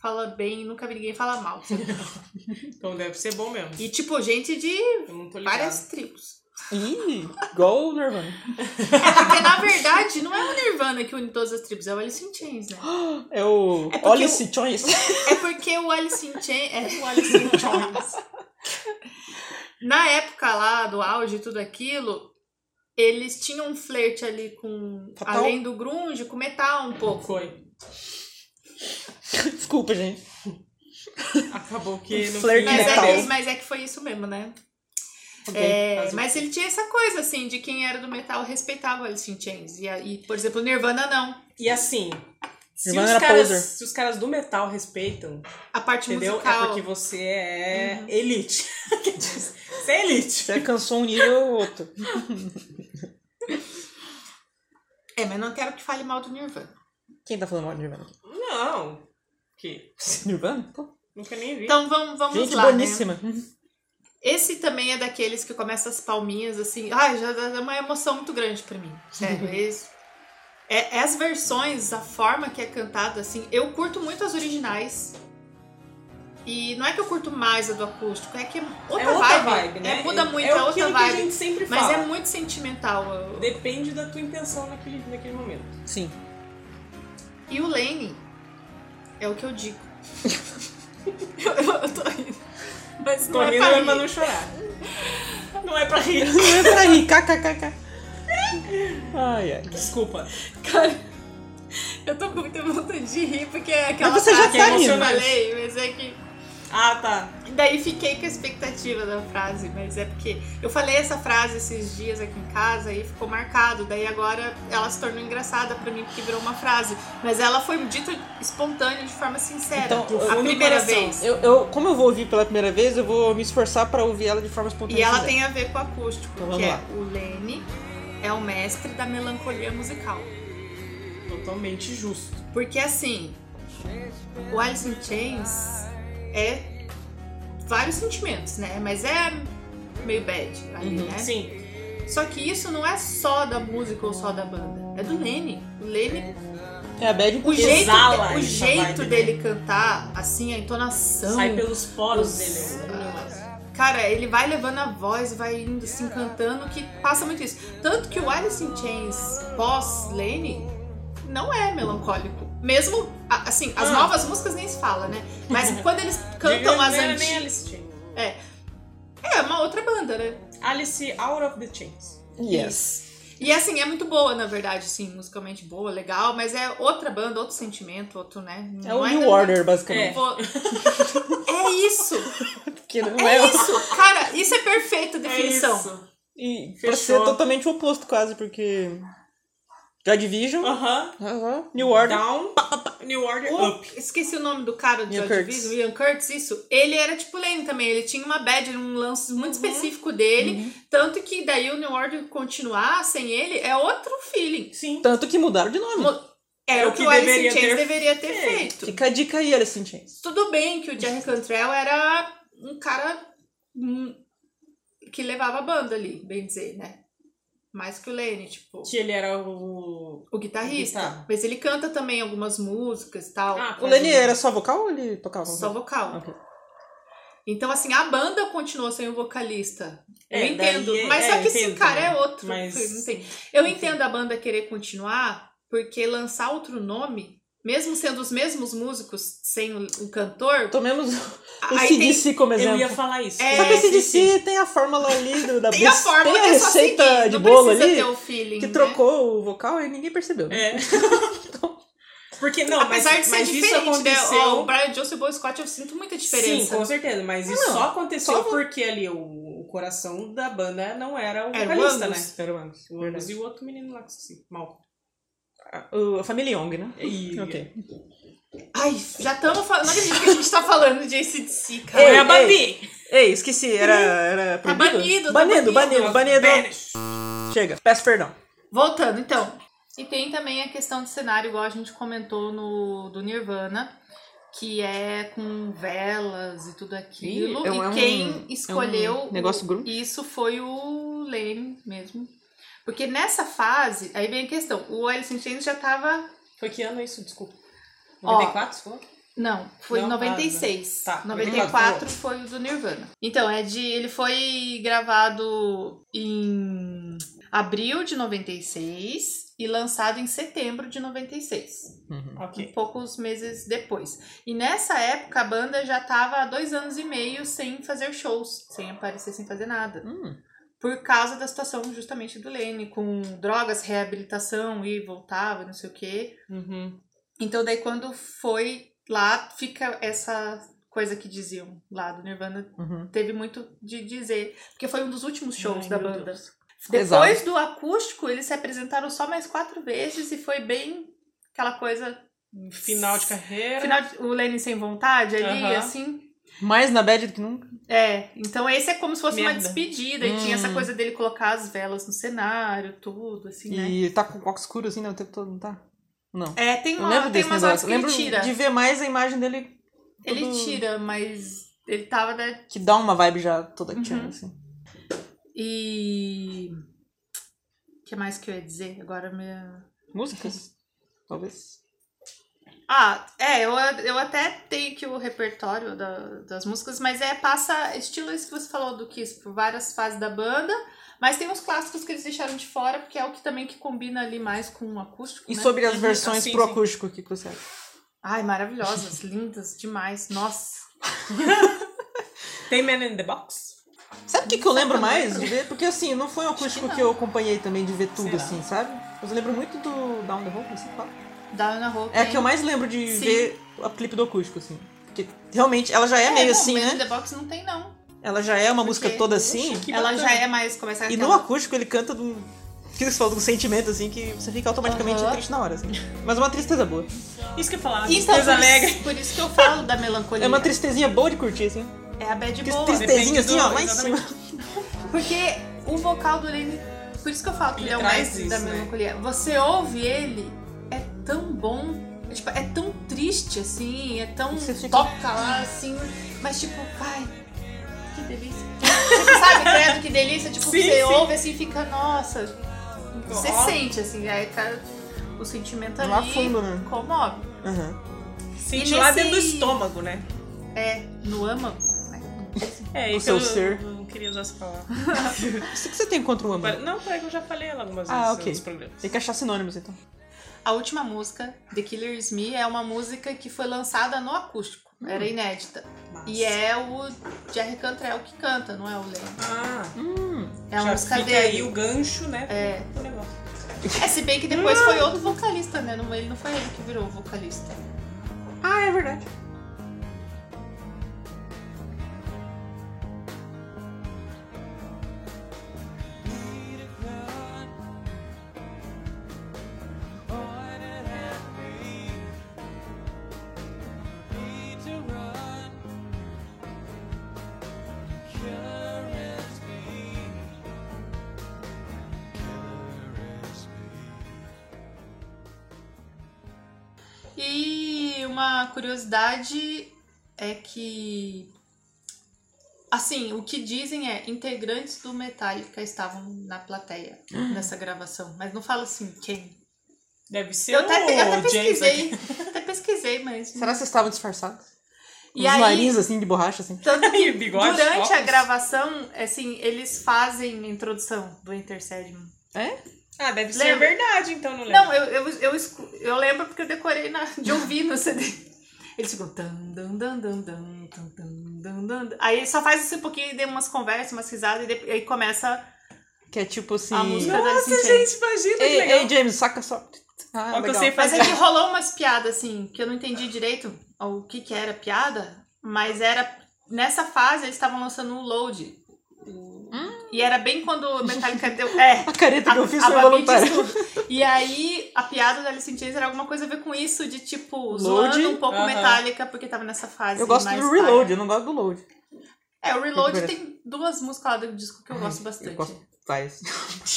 Speaker 2: falando bem e nunca vi ninguém falar mal. sabe?
Speaker 4: Então deve ser bom mesmo.
Speaker 2: E, tipo, gente de
Speaker 4: Eu não tô ligado.
Speaker 2: várias tribos.
Speaker 3: Ih, igual o Nirvana.
Speaker 2: É porque, na verdade, não é o Nirvana que une todas as tribos, é o Alice in Chains, né?
Speaker 3: É o
Speaker 2: É porque
Speaker 3: Olha
Speaker 2: o-
Speaker 3: esse Choice.
Speaker 2: É porque o Alice in Chains... É o Alice in Chains. Na época lá do auge e tudo aquilo, eles tinham um flerte ali com...
Speaker 3: Total.
Speaker 2: Além do grunge, com metal um pouco.
Speaker 4: Foi.
Speaker 3: Desculpa, gente.
Speaker 4: Acabou que não
Speaker 3: Flirt
Speaker 4: fim,
Speaker 2: Mas
Speaker 4: né?
Speaker 3: metal.
Speaker 2: é, mas é que foi isso mesmo, né? É,
Speaker 4: faz o
Speaker 2: mas ele tinha essa coisa, assim, de quem era do metal respeitava o Alice in Chains. E, a- e, por exemplo, o Nirvana não.
Speaker 4: E assim, se
Speaker 3: Nirvana
Speaker 4: os,
Speaker 3: era
Speaker 4: caras,
Speaker 3: poser.
Speaker 4: se os caras do metal respeitam,
Speaker 2: A parte
Speaker 4: entendeu?
Speaker 2: musical...
Speaker 4: É porque você é elite. Que diz? você é elite.
Speaker 3: Você alcançou um nível ou outro.
Speaker 2: É, mas não quero que fale mal do Nirvana.
Speaker 3: Quem tá falando mal de Nirvana?
Speaker 4: Não. Que?
Speaker 3: Nirvana?
Speaker 4: Nunca nem vi.
Speaker 2: Então vamos, vamos
Speaker 3: Gente
Speaker 2: lá, né?
Speaker 3: boníssima.
Speaker 2: Esse também é daqueles que começa as palminhas assim. Ai, já dá dá uma emoção muito grande pra mim. Sério, isso. É, as versões, a forma que é cantada, assim, eu curto muito as originais. E não é que eu curto mais a do acústico, é que é outra,
Speaker 4: é outra vibe,
Speaker 2: vibe.
Speaker 4: né?
Speaker 2: É, muda muito, é,
Speaker 4: é
Speaker 2: outra
Speaker 4: aquilo
Speaker 2: vibe.
Speaker 4: que a gente sempre
Speaker 2: Mas
Speaker 4: fala.
Speaker 2: é muito sentimental. eu-
Speaker 4: Depende da tua intenção naquele, naquele momento.
Speaker 3: Sim.
Speaker 2: E o Lane é o que eu digo. eu, eu tô rindo. Mas não
Speaker 4: Tô
Speaker 2: é
Speaker 4: rindo,
Speaker 2: pra
Speaker 4: mas
Speaker 2: rir.
Speaker 4: pra não chorar. Não é pra rir.
Speaker 3: Não é pra rir, kkkk. Ai, ai.
Speaker 4: Desculpa.
Speaker 2: Cara, eu tô com muita vontade de rir, porque é aquela
Speaker 3: Mas você já
Speaker 2: frase
Speaker 3: tá
Speaker 2: que eu
Speaker 3: rindo.
Speaker 2: falei, mas é que.
Speaker 4: Ah, tá.
Speaker 2: Daí fiquei com a expectativa da frase, mas é porque eu falei essa frase esses dias aqui em casa e ficou marcado. Daí agora ela se tornou engraçada pra mim porque virou uma frase. Mas ela foi dita espontânea, de forma sincera.
Speaker 3: Então, do
Speaker 2: a
Speaker 4: fundo do
Speaker 2: primeira
Speaker 4: coração.
Speaker 2: vez.
Speaker 3: Eu, eu, como eu vou ouvir pela primeira vez, eu vou me esforçar pra ouvir ela de forma espontânea.
Speaker 2: E ela
Speaker 3: se
Speaker 2: tem a ver com o acústico,
Speaker 3: Então vamos
Speaker 2: que
Speaker 3: lá.
Speaker 2: é o Lene é o mestre da melancolia musical.
Speaker 4: Totalmente justo.
Speaker 2: Porque assim, o Alice in Chains é vários sentimentos, né? Mas é meio bad ali, né?
Speaker 4: Uhum, Sim.
Speaker 2: Só que isso não é só da música ou só da banda. É do Lenny. O Lenny,
Speaker 3: der. É a bad
Speaker 2: o jeito,
Speaker 4: Exala
Speaker 2: de- o
Speaker 4: essa
Speaker 2: jeito
Speaker 4: vibe,
Speaker 2: dele cantar, assim, a entonação.
Speaker 4: Sai pelos poros
Speaker 2: os-
Speaker 4: dele.
Speaker 2: Cara, ele vai levando a voz, vai indo se encantando, que passa muito isso. Tanto que o Alice in Chains pós-Lane não é melancólico. Mesmo, a- assim, as
Speaker 4: Ah.
Speaker 2: novas músicas nem se fala, né? Mas quando eles cantam
Speaker 4: Não
Speaker 2: as
Speaker 4: era nem
Speaker 2: antigas.
Speaker 4: Alice Chains.
Speaker 2: É, uma outra banda, né?
Speaker 4: Alice Out of the Chains.
Speaker 3: Yes.
Speaker 2: E assim, é muito boa, na verdade, sim, musicalmente boa, legal, mas é outra banda, outro sentimento, outro, né?
Speaker 3: É o
Speaker 2: é
Speaker 3: New
Speaker 2: tão-
Speaker 3: Order, basicamente.
Speaker 2: Vou- É isso!
Speaker 3: Porque não
Speaker 2: É
Speaker 3: é.
Speaker 2: isso! Cara, isso é perfeita definição.
Speaker 4: isso.
Speaker 3: E
Speaker 4: Fechou.
Speaker 3: pra ser totalmente o oposto, quase, porque. God Division,
Speaker 2: Ah.
Speaker 4: Aham.
Speaker 3: aham, New Order.
Speaker 4: Down, New Order,
Speaker 2: O,
Speaker 4: Up.
Speaker 2: esqueci o nome do cara do
Speaker 3: Ian
Speaker 2: Joy
Speaker 3: Curtis.
Speaker 2: Division, Ian Curtis, isso. Ele era tipo lane também, ele tinha uma bad, um lance muito específico dele. Tanto que daí o New Order continuar sem ele é outro feeling.
Speaker 4: Sim.
Speaker 3: Tanto que mudaram de nome.
Speaker 2: Mo- Era
Speaker 4: É
Speaker 2: o que o Alice in
Speaker 4: deveria
Speaker 2: Chains
Speaker 4: ter
Speaker 2: deveria ter
Speaker 4: feito.
Speaker 2: feito.
Speaker 3: Fica a dica aí, Alice in Chains.
Speaker 2: Tudo bem que o Jerry Cantrell era um cara hum, que levava a banda ali, bem dizer, né? Mais que o Lane, tipo,
Speaker 4: Que ele era o. Tá.
Speaker 2: o guitarrista.
Speaker 4: Guitarra.
Speaker 2: Mas ele canta também algumas músicas e tal.
Speaker 4: Ah,
Speaker 3: O Lenny era só vocal ou ele tocava?
Speaker 2: só vocal.
Speaker 3: Uhum. Ok.
Speaker 2: Então, assim, a banda continuou sem o vocalista.
Speaker 4: É,
Speaker 2: eu entendo.
Speaker 4: daí é-
Speaker 2: Mas
Speaker 4: é,
Speaker 2: só que esse
Speaker 4: entendo,
Speaker 2: cara é
Speaker 4: né?
Speaker 2: outro.
Speaker 4: Mas-
Speaker 2: não tem- Eu entendo a banda querer continuar, porque lançar outro nome, mesmo sendo os mesmos músicos sem o, o cantor,
Speaker 3: Tomemos o
Speaker 2: aí tem
Speaker 3: CDC como
Speaker 4: Eu
Speaker 3: exemplo.
Speaker 4: ia falar isso.
Speaker 2: É,
Speaker 3: Só que esse
Speaker 4: sim.
Speaker 3: DC tem a fórmula ali do, da
Speaker 2: Tem a
Speaker 3: Blitz,
Speaker 2: fórmula
Speaker 3: tem a
Speaker 2: que é só
Speaker 3: receita
Speaker 2: seguir,
Speaker 3: de
Speaker 2: não
Speaker 3: bolo
Speaker 2: precisa
Speaker 3: ali
Speaker 2: ter o feeling,
Speaker 3: que
Speaker 2: né?
Speaker 3: trocou o vocal e ninguém percebeu. né?
Speaker 4: É. Porque não, mas,
Speaker 2: né? Apesar de ser
Speaker 4: mas isso
Speaker 2: diferente, né?
Speaker 4: aconteceu.
Speaker 2: Ó, o Brian Jones e o Bon Scott, eu sinto muita
Speaker 4: Sim,
Speaker 2: diferença.
Speaker 4: com certeza, mas isso
Speaker 3: não,
Speaker 4: só aconteceu
Speaker 3: só vo-
Speaker 4: porque ali o, o coração da banda não era o
Speaker 2: Era o
Speaker 4: vocalista, né?
Speaker 2: Angus.
Speaker 4: Era o Angus. O Angus
Speaker 3: Verdade.
Speaker 4: e o outro menino lá, que eu esqueci, Malcolm.
Speaker 3: A, o- a família Young, né?
Speaker 4: E-
Speaker 3: Ok.
Speaker 2: Ai, já estamos falando. Não acredito que a gente tá falando de ACDC, cara.
Speaker 4: Foi
Speaker 3: Ei,
Speaker 4: a Babi!
Speaker 3: Ei, esqueci, era. era
Speaker 2: Tá
Speaker 3: proibido?
Speaker 2: banido, tá
Speaker 3: banido,
Speaker 2: banido.
Speaker 3: banido, banido.
Speaker 4: Vanish.
Speaker 3: Chega, peço perdão.
Speaker 2: Voltando, então. E tem também a questão do cenário, igual a gente comentou no do Nirvana, que é com velas e tudo aquilo.
Speaker 3: Ih, é um-
Speaker 2: e
Speaker 3: é um- é
Speaker 2: quem
Speaker 3: um
Speaker 2: escolheu o-
Speaker 3: negócio gru.
Speaker 2: isso foi o Lane mesmo. Porque nessa fase, aí vem a questão, o Alice in Chains já tava.
Speaker 4: Foi que ano isso? Desculpa.
Speaker 2: Ó.
Speaker 4: 94, você falou?
Speaker 2: Não, foi em
Speaker 4: Não,
Speaker 2: 96.
Speaker 4: tá, tá.
Speaker 2: 94 foi o do Nirvana. Então, é de. Ele foi gravado em abril de 96 e lançado em setembro de 96.
Speaker 4: Ok.
Speaker 2: poucos um meses depois. E nessa época a banda já tava há dois anos e meio sem fazer shows, sem aparecer, sem fazer nada.
Speaker 3: Hum.
Speaker 2: Por causa da situação justamente do Lene, com drogas, reabilitação e voltava, não sei o quê.
Speaker 4: Uhum.
Speaker 2: Então daí quando foi lá, fica essa coisa que diziam lá do Nirvana.
Speaker 3: Uhum.
Speaker 2: Teve muito de dizer, porque foi um dos últimos shows
Speaker 4: Ai,
Speaker 2: da
Speaker 4: meu
Speaker 2: banda.
Speaker 4: Deus.
Speaker 2: Depois do acústico, eles se apresentaram só mais quatro vezes e foi bem aquela coisa
Speaker 4: Final de carreira.
Speaker 2: Final, de- o Lenin sem vontade ali,
Speaker 4: Aham.
Speaker 2: assim.
Speaker 3: Mais na bad do que nunca.
Speaker 2: É, então esse é como se fosse uma
Speaker 4: Merda.
Speaker 2: despedida. E
Speaker 3: Hum.
Speaker 2: tinha essa coisa dele colocar as velas no cenário, tudo, assim, né?
Speaker 3: E tá com o óculos escuro assim, né? O tempo todo, não tá? Não.
Speaker 2: É, tem,
Speaker 3: Eu
Speaker 2: uma,
Speaker 3: lembro
Speaker 2: tem
Speaker 3: desse
Speaker 2: umas horas
Speaker 3: negócio.
Speaker 2: que
Speaker 3: Eu lembro
Speaker 2: ele tira.
Speaker 3: de ver mais a imagem dele
Speaker 2: Ele
Speaker 3: tudo-
Speaker 2: tira, mas ele tava, né?
Speaker 3: que dá uma vibe já toda
Speaker 2: Uhum.
Speaker 3: tchan, assim.
Speaker 2: E. O que mais que eu ia dizer? Agora minha.
Speaker 3: Músicas? Talvez.
Speaker 2: Ah, é, eu, eu até tenho aqui o repertório da- das músicas, mas é passa estilo esse que você falou do Kiss, por várias fases da banda, mas tem uns clássicos que eles deixaram de fora, porque é o que também que combina ali mais com o acústico,
Speaker 3: E
Speaker 2: né?
Speaker 3: sobre as
Speaker 4: Uhum,
Speaker 3: versões
Speaker 4: sim,
Speaker 3: pro
Speaker 4: sim.
Speaker 3: acústico, o que que você acha?
Speaker 2: Ai, maravilhosas, lindas demais. Nossa.
Speaker 4: Tem Man in the Box?
Speaker 3: Sabe o que, que eu lembro mais de ver? Porque assim, não foi um acústico que, eu acompanhei também de ver tudo,
Speaker 4: Sei lá.
Speaker 3: assim, sabe? Mas eu lembro muito do Down the Hope, assim, fala.
Speaker 2: Da Ana Hope.
Speaker 3: É a que eu mais lembro de
Speaker 2: Sim.
Speaker 3: ver o clipe do acústico, assim. Porque realmente ela já é, meio assim,
Speaker 2: mas
Speaker 3: né?
Speaker 2: The Box não tem, não.
Speaker 3: Ela já é uma
Speaker 2: Porque-
Speaker 3: música toda assim.
Speaker 4: Oxi, Que
Speaker 2: Ela
Speaker 4: bacana.
Speaker 2: já é mais começar
Speaker 3: E no
Speaker 2: aquela-
Speaker 3: acústico ele canta de um. o Que você falou de um sentimento assim que você fica automaticamente
Speaker 2: Aham.
Speaker 3: triste na hora, assim. Mas é uma tristeza boa.
Speaker 4: Isso que eu falava.
Speaker 2: Então, por
Speaker 4: Tristeza alegre.
Speaker 2: isso, por isso que eu falo da melancolia.
Speaker 3: É uma tristezinha boa de curtir, assim.
Speaker 2: É a bad
Speaker 3: Tris-
Speaker 2: boa.
Speaker 3: tristezinha
Speaker 4: depende
Speaker 3: assim, ó,
Speaker 4: do-
Speaker 3: lá em cima.
Speaker 4: exatamente.
Speaker 2: Porque o vocal do Lenny, por isso que eu falo que ele,
Speaker 4: Ele
Speaker 2: é o
Speaker 4: traz
Speaker 2: mestre
Speaker 4: isso,
Speaker 2: da
Speaker 4: né?
Speaker 2: melancolia. Você ouve ele, é tão bom, é, tipo, é tão triste assim, é tão
Speaker 3: Você fica-
Speaker 2: toca lá assim, mas tipo, ai, que delícia. Tipo, sabe, credo, que delícia, tipo,
Speaker 4: Sim,
Speaker 2: você
Speaker 4: sim.
Speaker 2: ouve assim e fica, nossa, você
Speaker 4: Ó.
Speaker 2: sente assim, aí cara, o sentimento ali
Speaker 3: Lá fundo, né?
Speaker 2: comove.
Speaker 3: Aham.
Speaker 4: Sente
Speaker 2: E
Speaker 4: lá
Speaker 2: nesse-
Speaker 4: dentro do estômago, né?
Speaker 2: É, no âmago, né?
Speaker 4: É,
Speaker 3: No
Speaker 4: isso
Speaker 3: seu
Speaker 4: eu
Speaker 3: ser.
Speaker 4: não queria usar essa palavra.
Speaker 3: Isso que você tem contra um amor?
Speaker 4: Não, peraí que eu já falei ela algumas vezes
Speaker 3: Ah, ok.
Speaker 4: nos programas.
Speaker 3: Tem que achar sinônimos, então.
Speaker 2: A última música, The Killer Is Me, é uma música que foi lançada no acústico.
Speaker 3: Hum.
Speaker 2: Era inédita. E é o Jerry Cantrell que canta, não é o Lennon.
Speaker 4: Ah,
Speaker 2: É a
Speaker 4: já
Speaker 2: música
Speaker 4: fica
Speaker 2: dele.
Speaker 4: aí o gancho, né?
Speaker 2: É.
Speaker 4: pro negócio.
Speaker 2: É, se bem que depois foi outro vocalista, né? Não, ele não foi ele que virou o vocalista.
Speaker 3: Ah, é verdade.
Speaker 5: Thank
Speaker 2: E uma curiosidade é que. Assim, o que dizem é integrantes do Metallica estavam na plateia nessa gravação, mas não fala assim quem.
Speaker 4: Deve ser
Speaker 2: Eu
Speaker 4: o
Speaker 2: até, eu até
Speaker 4: James aqui.
Speaker 2: pesquisei, até pesquisei, mas.
Speaker 3: Será que vocês estavam disfarçados?
Speaker 2: E
Speaker 3: Os
Speaker 2: aí-
Speaker 3: nariz, assim, de borracha, assim.
Speaker 2: Tanto
Speaker 4: E
Speaker 2: que
Speaker 4: o bigode,
Speaker 2: durante a
Speaker 4: óculos.
Speaker 2: gravação, assim, eles fazem a introdução do Enter Sandman.
Speaker 4: Ah, deve ser
Speaker 2: Lembra?
Speaker 4: verdade, então não lembro.
Speaker 2: Não, eu, eu, eu, escu- eu lembro porque eu decorei na, de ouvir no CD. Eles ficam. tan, dan, dan, dan, dan, tan, tan, dan, dan, dan. Aí só faz assim um pouquinho e dê umas conversas, umas risadas, e depois, aí começa
Speaker 3: Que é tipo assim.
Speaker 2: a música da
Speaker 4: Nossa,
Speaker 2: Alice in Chains.
Speaker 4: gente, imagina que
Speaker 3: Ei,
Speaker 4: legal.
Speaker 3: ei, James, saca só. Ah,
Speaker 4: Olha o que eu
Speaker 3: legal.
Speaker 4: sei
Speaker 2: Mas
Speaker 4: fazer.
Speaker 2: é que rolou umas piadas, assim, que eu não entendi direito o que que era piada, mas era... Nessa fase, eles estavam lançando o Load. E era bem quando o Metallica deu... É,
Speaker 3: A careta que eu fiz um foi
Speaker 2: Babi
Speaker 3: voluntária.
Speaker 2: disse tudo. E aí, a piada da Alice in Chains era alguma coisa a ver com isso, de tipo,
Speaker 3: Load.
Speaker 2: zoando um pouco
Speaker 4: Aham.
Speaker 2: Metallica, porque tava nessa fase.
Speaker 3: Eu gosto
Speaker 2: mais
Speaker 3: do reload,
Speaker 2: paia.
Speaker 3: eu não gosto do load.
Speaker 2: É, o Reload
Speaker 3: Eu
Speaker 2: tem duas músicas lá do disco que eu gosto bastante.
Speaker 3: Eu gosto várias.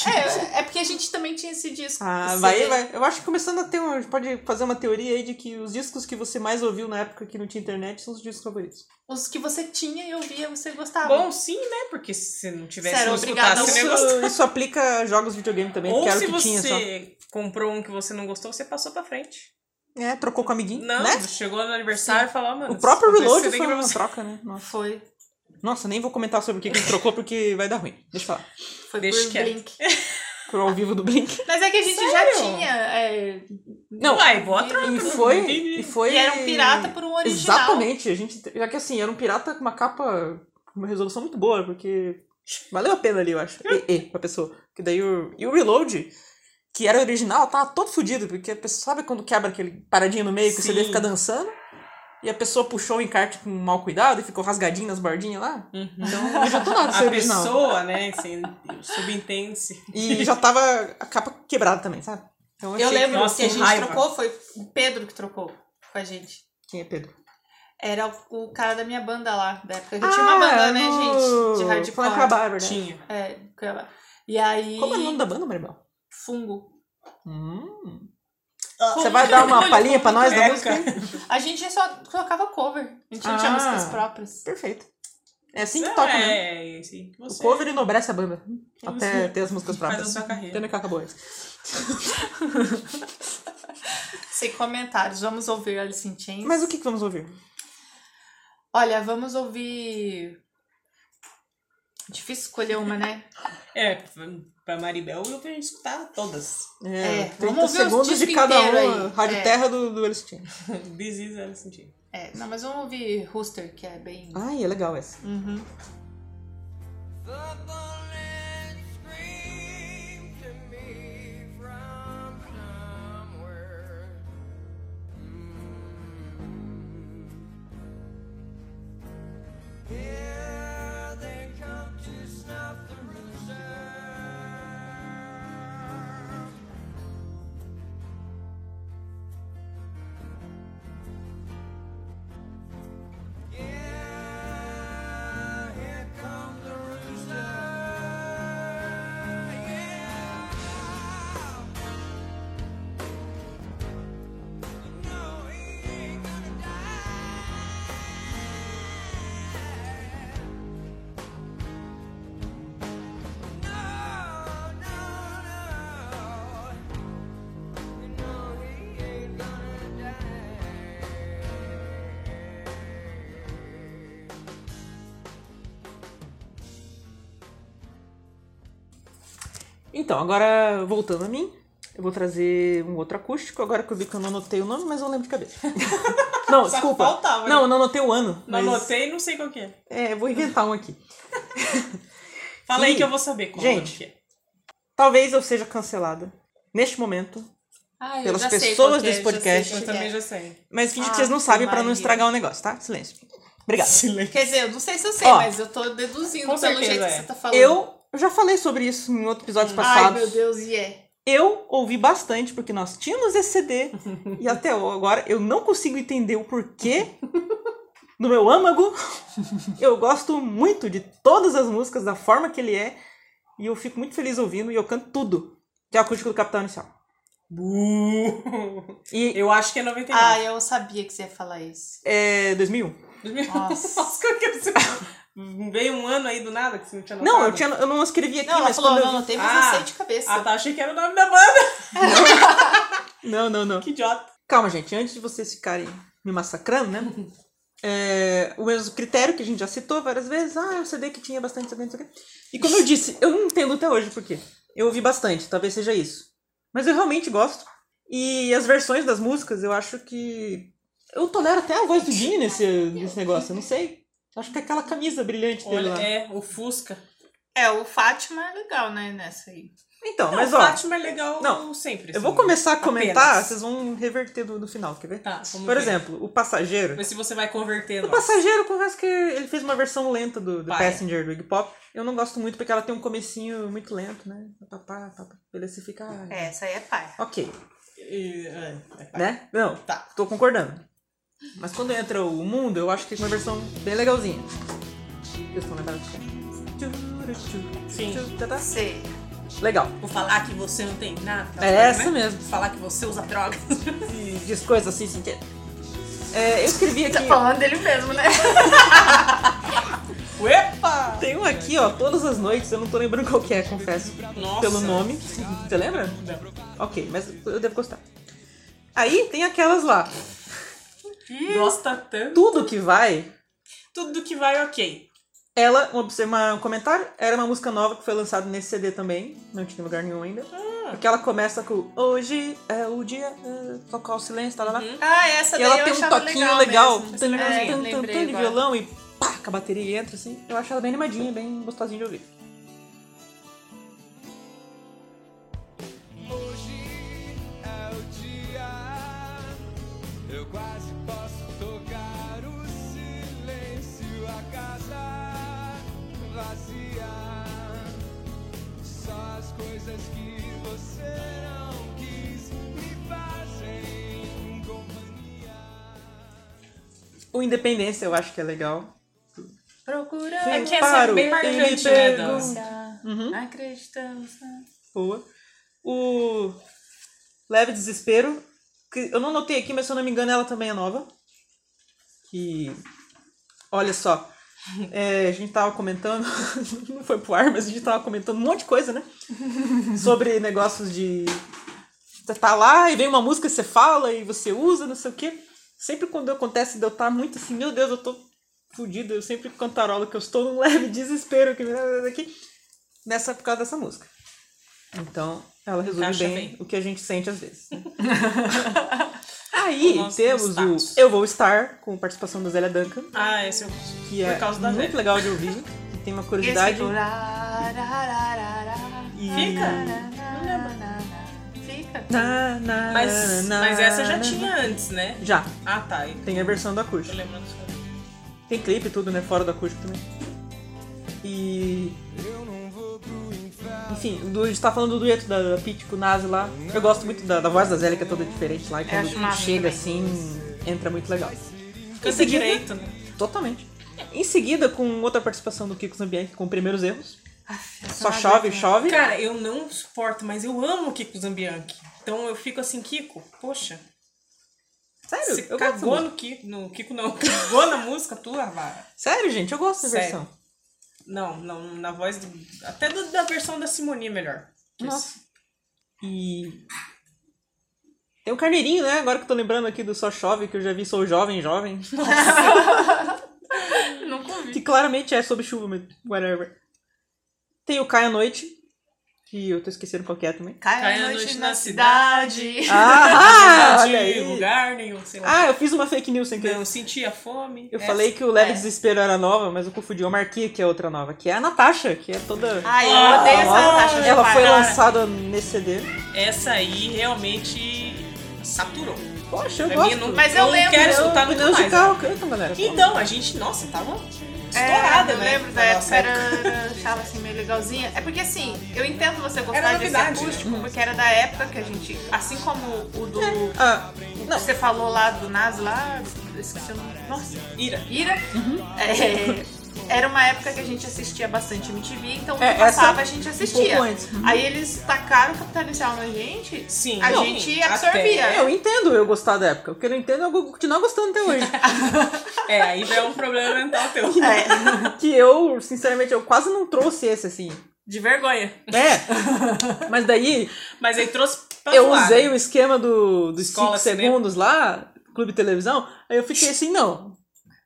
Speaker 2: É, é porque a gente também tinha esse disco.
Speaker 3: Ah,
Speaker 2: esse
Speaker 3: vai,
Speaker 2: CD.
Speaker 3: vai. Eu acho que começando a ter uma. A gente pode fazer uma teoria aí de que os discos que você mais ouviu na época que não tinha internet são os discos favoritos.
Speaker 2: Os que você tinha e ouvia, você gostava.
Speaker 4: Bom, sim, né? Porque se não tivesse
Speaker 2: Sério,
Speaker 4: não
Speaker 2: obrigada,
Speaker 4: escutasse,
Speaker 2: eu
Speaker 4: não ia gostar.
Speaker 3: Isso, isso aplica a jogos de videogame também,
Speaker 4: Ou
Speaker 3: porque era o
Speaker 4: se
Speaker 3: que tinha só.
Speaker 4: você comprou um que você não gostou, você passou pra frente.
Speaker 3: É, trocou com o amiguinho,
Speaker 4: Não,
Speaker 3: né?
Speaker 4: chegou no aniversário e falou, ah, mano...
Speaker 3: O próprio
Speaker 4: esse
Speaker 3: reload
Speaker 4: CD
Speaker 3: foi
Speaker 4: que eu
Speaker 3: uma
Speaker 4: vou-
Speaker 3: troca, né? Nossa.
Speaker 2: Foi.
Speaker 3: Nossa, nem vou comentar sobre o que que ele trocou porque vai dar ruim. Deixa eu falar.
Speaker 2: Foi
Speaker 4: Deixa
Speaker 2: por
Speaker 4: quieto.
Speaker 2: Blink.
Speaker 3: Pro ao vivo do Blink.
Speaker 2: Mas é que a gente
Speaker 4: Sério?
Speaker 2: já tinha. é,
Speaker 3: Não,
Speaker 4: Uai, boa troca.
Speaker 3: e
Speaker 4: não
Speaker 3: foi.
Speaker 4: entendi.
Speaker 3: E foi.
Speaker 2: e era um pirata por um original.
Speaker 3: Exatamente, a gente. Já que assim, era um pirata com uma capa, com uma resolução muito boa, porque valeu a pena ali, eu acho.
Speaker 2: É.
Speaker 3: E, e pra pessoa. Que daí o. E o reload, que era original, tava todo fudido, porque a pessoa sabe quando quebra aquele paradinho no meio que o CD
Speaker 4: Sim.
Speaker 3: fica dançando? E a pessoa puxou o encarte com mau cuidado e ficou rasgadinho nas bordinhas lá.
Speaker 4: Uhum.
Speaker 3: Então não adiantou nada ser
Speaker 4: A
Speaker 3: original.
Speaker 4: pessoa, né, assim, subentende-se.
Speaker 3: E já tava a capa quebrada também, sabe? Então
Speaker 2: Eu
Speaker 3: achei
Speaker 2: lembro
Speaker 4: Nossa,
Speaker 2: que a
Speaker 4: com
Speaker 2: gente
Speaker 4: raiva.
Speaker 2: trocou, foi o Pedro que trocou com a gente.
Speaker 3: Que... Quem é Pedro?
Speaker 2: Era o o cara da minha banda lá, da época. Eu tinha
Speaker 3: Ah,
Speaker 2: uma banda, né, gente? De
Speaker 3: Falando com a
Speaker 2: hardcore.
Speaker 3: Bárbara.
Speaker 4: Tinha.
Speaker 2: É, com ela. e aí.
Speaker 3: Como é o nome da banda, Maribel?
Speaker 2: Fungo.
Speaker 3: Hum.
Speaker 2: Ah.
Speaker 3: Você vai dar uma palhinha pra nós da
Speaker 4: É,
Speaker 3: música?
Speaker 4: cara.
Speaker 2: A gente só tocava cover. A gente não tinha
Speaker 3: Ah.
Speaker 2: músicas próprias.
Speaker 3: Perfeito. É assim que toca, né?
Speaker 4: É, assim que
Speaker 3: O é
Speaker 4: você
Speaker 3: cover enobrece a banda. Até
Speaker 4: Você
Speaker 3: ter as músicas
Speaker 4: faz um a
Speaker 3: próprias.
Speaker 4: sua carreira.
Speaker 3: Pena que acabou isso.
Speaker 2: Sem comentários. Vamos ouvir Alice in Chains.
Speaker 3: Mas o que, que vamos ouvir?
Speaker 2: Olha, vamos ouvir. Difícil escolher uma, né?
Speaker 4: É, pra Maribel eu tenho que escutar todas.
Speaker 3: É,
Speaker 2: É,
Speaker 3: 30
Speaker 2: vamos ouvir os
Speaker 3: segundos de
Speaker 2: discos
Speaker 3: cada
Speaker 2: inteiro
Speaker 3: um.
Speaker 2: aí.
Speaker 3: Rádio
Speaker 2: É.
Speaker 3: Terra do, do Alice Chain.
Speaker 4: This is Alice in Chains.
Speaker 2: É, não, mas vamos ouvir Rooster, que é bem.
Speaker 3: Ai, é legal essa.
Speaker 2: Uhum.
Speaker 1: The bullet screamed to me from somewhere. Mm. Here they come to snuff the rooster. Yeah, here comes the rooster. Yeah. No, he ain't gonna die. No, no, no. No, he ain't gonna die.
Speaker 3: Então, agora voltando a mim, eu vou trazer um outro acústico. Agora que eu vi que eu não anotei o nome, mas eu lembro de cabeça. não,
Speaker 4: Só
Speaker 3: desculpa.
Speaker 4: faltava, né?
Speaker 3: não, eu não anotei o ano.
Speaker 4: Não
Speaker 3: mas-
Speaker 4: anotei, não sei qual que é.
Speaker 3: É, eu vou inventar um aqui.
Speaker 4: Fala aí
Speaker 3: Ih,
Speaker 4: que eu vou saber qual
Speaker 3: gente.
Speaker 4: que é.
Speaker 3: Talvez eu seja cancelada neste momento,
Speaker 2: Ah, eu
Speaker 3: Pelas
Speaker 2: já sei
Speaker 3: pessoas
Speaker 2: qual que é,
Speaker 3: desse
Speaker 2: já sei
Speaker 3: podcast.
Speaker 2: qual
Speaker 4: Eu
Speaker 2: que
Speaker 4: também
Speaker 2: é.
Speaker 4: já sei.
Speaker 3: mas finge
Speaker 2: Ah,
Speaker 3: que vocês não sabem pra não
Speaker 2: Maria.
Speaker 3: estragar o negócio, tá? Silêncio. Obrigado.
Speaker 4: Silêncio.
Speaker 2: Quer dizer, eu não sei se eu sei,
Speaker 3: Ó.
Speaker 2: mas eu tô deduzindo
Speaker 4: Com
Speaker 2: pelo
Speaker 4: certeza
Speaker 2: jeito que
Speaker 4: é.
Speaker 2: você tá falando.
Speaker 3: Eu já falei sobre isso em outros episódios
Speaker 2: Ai,
Speaker 3: passados.
Speaker 2: meu Deus, e é.
Speaker 3: Eu ouvi bastante porque nós tínhamos esse CD e até agora eu não consigo entender o porquê. No meu âmago, eu gosto muito de todas as músicas da forma que ele é e eu fico muito feliz ouvindo e eu canto tudo. Que é o acústico do Capital Inicial.
Speaker 4: Buh.
Speaker 3: E
Speaker 4: Eu acho que é 99.
Speaker 2: Ah, eu sabia que você ia falar isso.
Speaker 3: é 2001.
Speaker 4: 2000.
Speaker 2: Nossa.
Speaker 4: Nossa, qual que é o seu- Veio um ano aí do nada que você não tinha notado?
Speaker 3: Não, eu, tinha, eu não escrevi aqui,
Speaker 2: Não, ela
Speaker 3: mas
Speaker 2: falou,
Speaker 3: quando
Speaker 2: não,
Speaker 3: eu...
Speaker 2: não tem, mas
Speaker 4: Ah.
Speaker 2: eu sei de cabeça.
Speaker 4: Ah, tá, achei que era o nome da banda.
Speaker 3: Não, não, não.
Speaker 4: Que idiota.
Speaker 3: Calma, gente, antes de vocês ficarem me massacrando, né? É, o mesmo critério que a gente já citou várias vezes. Ah, o CD que tinha bastante, isso aqui, isso aqui. E como eu disse, eu não entendo até hoje por quê. Eu ouvi bastante, talvez seja isso. Mas eu realmente gosto. E as versões das músicas, eu acho que. Eu tolero até a voz do Jimmy nesse, nesse negócio, eu não sei. Acho que é aquela camisa brilhante dele
Speaker 4: Olha,
Speaker 3: lá.
Speaker 4: é, o Fusca.
Speaker 2: É, o Fátima é legal, né, nessa aí.
Speaker 3: Então,
Speaker 4: Não,
Speaker 3: mas
Speaker 4: o
Speaker 3: ó,
Speaker 4: Fátima é legal
Speaker 3: não,
Speaker 4: sempre.
Speaker 3: eu
Speaker 4: assim.
Speaker 3: vou começar a comentar,
Speaker 4: Apenas.
Speaker 3: vocês vão reverter do, do final, quer ver?
Speaker 4: Tá, vamos
Speaker 3: Por
Speaker 4: ver.
Speaker 3: exemplo, o passageiro.
Speaker 4: Ver se você vai converter.
Speaker 3: O
Speaker 4: nós.
Speaker 3: Passageiro, eu confesso que ele fez uma versão lenta do, do
Speaker 4: Paia.
Speaker 3: Passenger do Iggy Pop. Eu não gosto muito porque ela tem um comecinho muito lento, né? Papá, papá, ele se fica. né?
Speaker 2: É, essa aí é pai.
Speaker 3: Ok,
Speaker 4: E- é, é, tá.
Speaker 3: né? Não,
Speaker 4: Tá.
Speaker 3: tô concordando. Mas quando entra o mundo, eu acho que tem uma versão bem legalzinha. Eu estou lembrando de quem?
Speaker 4: Sim.
Speaker 2: Sei.
Speaker 3: Legal.
Speaker 4: Vou falar que você não tem nada.
Speaker 3: É essa
Speaker 4: né?
Speaker 3: mesmo.
Speaker 4: Falar que você usa drogas.
Speaker 3: E Diz coisas assim, sim. É, eu escrevi aqui.
Speaker 2: Tá falando dele mesmo, né?
Speaker 4: Uepa!
Speaker 3: Tem um aqui, ó, todas as noites, eu não tô lembrando qual que é, confesso.
Speaker 4: Nossa.
Speaker 3: Pelo nome. Você lembra? Ok, mas eu devo gostar. Aí tem aquelas lá.
Speaker 4: Gosta tanto.
Speaker 3: Tudo que vai,
Speaker 4: Tudo que vai ok.
Speaker 3: ela, um obs- uma- um comentário, era uma música nova que foi lançada nesse CD também, não tinha em lugar nenhum ainda. Porque ela começa com Hoje é o dia, é, tocar o silêncio, tá lá. lá.
Speaker 2: Ah, essa
Speaker 3: E
Speaker 2: daí
Speaker 3: ela
Speaker 2: eu
Speaker 3: tem um
Speaker 2: achava
Speaker 3: toquinho
Speaker 2: legal.
Speaker 3: legal,
Speaker 2: mesmo.
Speaker 3: tan,
Speaker 2: É,
Speaker 3: tan, tan,
Speaker 2: lembrei
Speaker 3: tan, de
Speaker 2: agora.
Speaker 3: violão e pá, com a bateria entra assim. Eu acho ela bem animadinha, bem gostosinha de ouvir.
Speaker 5: Hoje é o dia, eu quase posso tocar o silêncio, a casa vazia. Só as coisas que você não quis me fazem companhia.
Speaker 3: O Independência eu acho que é legal.
Speaker 2: Procurando.
Speaker 4: É que essa é
Speaker 3: Paro,
Speaker 4: bem
Speaker 3: ele
Speaker 4: marcante, né?
Speaker 3: pegou.
Speaker 4: Dan?
Speaker 3: Uhum.
Speaker 2: Acreditamos.
Speaker 3: Boa. O Leve Desespero, que eu não notei aqui, mas se eu não me engano ela também é nova. Que, olha só, é, a gente tava comentando, não foi pro ar, mas a gente tava comentando um monte de coisa, né? Sobre negócios de... Você tá lá e vem uma música que você fala e você usa, não sei o quê. Sempre quando acontece de eu estar muito assim, meu Deus, eu tô fudida, eu sempre cantarolo que eu estou num leve desespero que aqui, nessa, por causa dessa música. Então, ela resume
Speaker 4: Encaixa
Speaker 3: bem,
Speaker 4: bem.
Speaker 3: o que a gente sente às vezes. né? Tá Aí
Speaker 4: O nosso
Speaker 3: temos
Speaker 4: status.
Speaker 3: o Eu Vou Estar, com participação da Zélia Duncan,
Speaker 4: Ah, esse eu...
Speaker 3: que
Speaker 4: Por
Speaker 3: é
Speaker 4: causa da
Speaker 3: muito
Speaker 4: Zélia.
Speaker 3: legal de ouvir, que tem uma curiosidade. E... Tá.
Speaker 4: Fica?
Speaker 2: Fica.
Speaker 3: Na, na,
Speaker 4: Mas,
Speaker 3: na,
Speaker 4: mas essa já
Speaker 3: na,
Speaker 4: tinha antes, né?
Speaker 3: Já,
Speaker 4: Ah, tá. Eu
Speaker 3: tem a versão do acústico.
Speaker 4: tô lembrando só.
Speaker 3: Tem clipe e tudo, né? Fora do acústico também. E. Enfim, do, a gente tá falando do dueto da, da Pete com o Nazi lá. Eu gosto muito da, da voz da Zélia, que é toda diferente lá. E quando
Speaker 2: acho massa
Speaker 3: chega
Speaker 2: também.
Speaker 3: assim, entra muito legal.
Speaker 4: Canta
Speaker 3: seguida-
Speaker 4: direito, né?
Speaker 3: Totalmente. Em seguida, com outra participação do Kiko Zambianchi, com Primeiros Erros. Só
Speaker 2: é.
Speaker 3: chove, chove.
Speaker 4: Ah, Cara, eu não suporto, mas eu amo o Kiko Zambianchi. Então eu fico assim, Kiko, poxa,
Speaker 3: Sério,
Speaker 4: você
Speaker 3: eu gosto
Speaker 4: cagou
Speaker 3: muito.
Speaker 4: no Kiko, no Kiko não, cagou na música tua, vara.
Speaker 3: Sério, gente, eu gosto dessa
Speaker 4: Sério.
Speaker 3: versão.
Speaker 4: Não, não, na voz, do, até do- da versão da Simoni é melhor.
Speaker 3: Nossa. E. Tem o Carneirinho, né? Agora que eu tô lembrando aqui do Só Chove, que eu já vi Sou Jovem, Jovem.
Speaker 2: Nunca ouvi.
Speaker 3: Que claramente é sobre chuva, mas whatever. Tem o Cai à Noite, que eu tô esquecendo qual que é também.
Speaker 2: Cai a noite na cidade.
Speaker 3: Ah,
Speaker 4: de
Speaker 3: olha aí.
Speaker 4: lugar nenhum, sei lá.
Speaker 3: Ah, eu fiz uma fake news sem querer.
Speaker 4: não sentia fome.
Speaker 3: Eu
Speaker 4: Essa-
Speaker 3: falei que o Leve
Speaker 2: é.
Speaker 3: Desespero era nova, mas eu confundi. Eu marquei que é outra nova, que é a Natasha, que é toda...
Speaker 2: Ai, eu
Speaker 4: Ah,
Speaker 2: odeio essa
Speaker 3: famosa.
Speaker 2: taxa de
Speaker 3: Ela foi
Speaker 2: parar.
Speaker 3: lançada nesse CD.
Speaker 4: Essa aí realmente saturou.
Speaker 3: Poxa, eu
Speaker 4: Pra mim,
Speaker 3: gosto.
Speaker 4: não,
Speaker 2: Mas eu
Speaker 4: não
Speaker 2: lembro,
Speaker 4: quero
Speaker 2: eu-
Speaker 4: escutar muito
Speaker 3: Pneus de
Speaker 4: mais. né?
Speaker 3: carro, canta, galera.
Speaker 4: Então, a gente, nossa, tava
Speaker 2: É,
Speaker 4: estourada,
Speaker 2: eu
Speaker 4: né?
Speaker 2: lembro da
Speaker 4: Na
Speaker 2: época,
Speaker 4: nossa
Speaker 2: era, era- achava assim meio legalzinha. É porque assim, eu entendo você gostar
Speaker 4: Era
Speaker 2: desse
Speaker 4: novidade.
Speaker 3: né?
Speaker 2: acústico, porque era da época que a gente, assim como o do.
Speaker 3: Ah,
Speaker 2: o
Speaker 3: não.
Speaker 2: que
Speaker 3: Uhum.
Speaker 2: você falou lá do Nas lá, eu esqueci o nome. Nossa,
Speaker 4: Ira.
Speaker 2: Ira. É, Era uma época que a gente assistia bastante MTV, então o que
Speaker 3: É, essa-
Speaker 2: passava a gente
Speaker 3: Um
Speaker 2: assistia.
Speaker 3: pouco antes.
Speaker 2: Aí eles tacaram o capital inicial na gente,
Speaker 4: Sim.
Speaker 2: a
Speaker 4: não,
Speaker 2: gente
Speaker 4: até-
Speaker 2: absorvia.
Speaker 3: É, eu entendo eu gostar da época. O que eu não entendo é eu continuar gostando até hoje.
Speaker 4: É, aí já é um problema mental teu. É.
Speaker 3: que eu, sinceramente, eu quase não trouxe esse assim.
Speaker 4: De vergonha.
Speaker 3: É! Mas daí,
Speaker 4: Mas aí trouxe pra
Speaker 3: eu
Speaker 4: zoar,
Speaker 3: usei
Speaker 4: né?
Speaker 3: o esquema do, dos
Speaker 4: Escola,
Speaker 3: 5
Speaker 4: cinema.
Speaker 3: segundos lá, Clube Televisão, aí eu fiquei assim, não,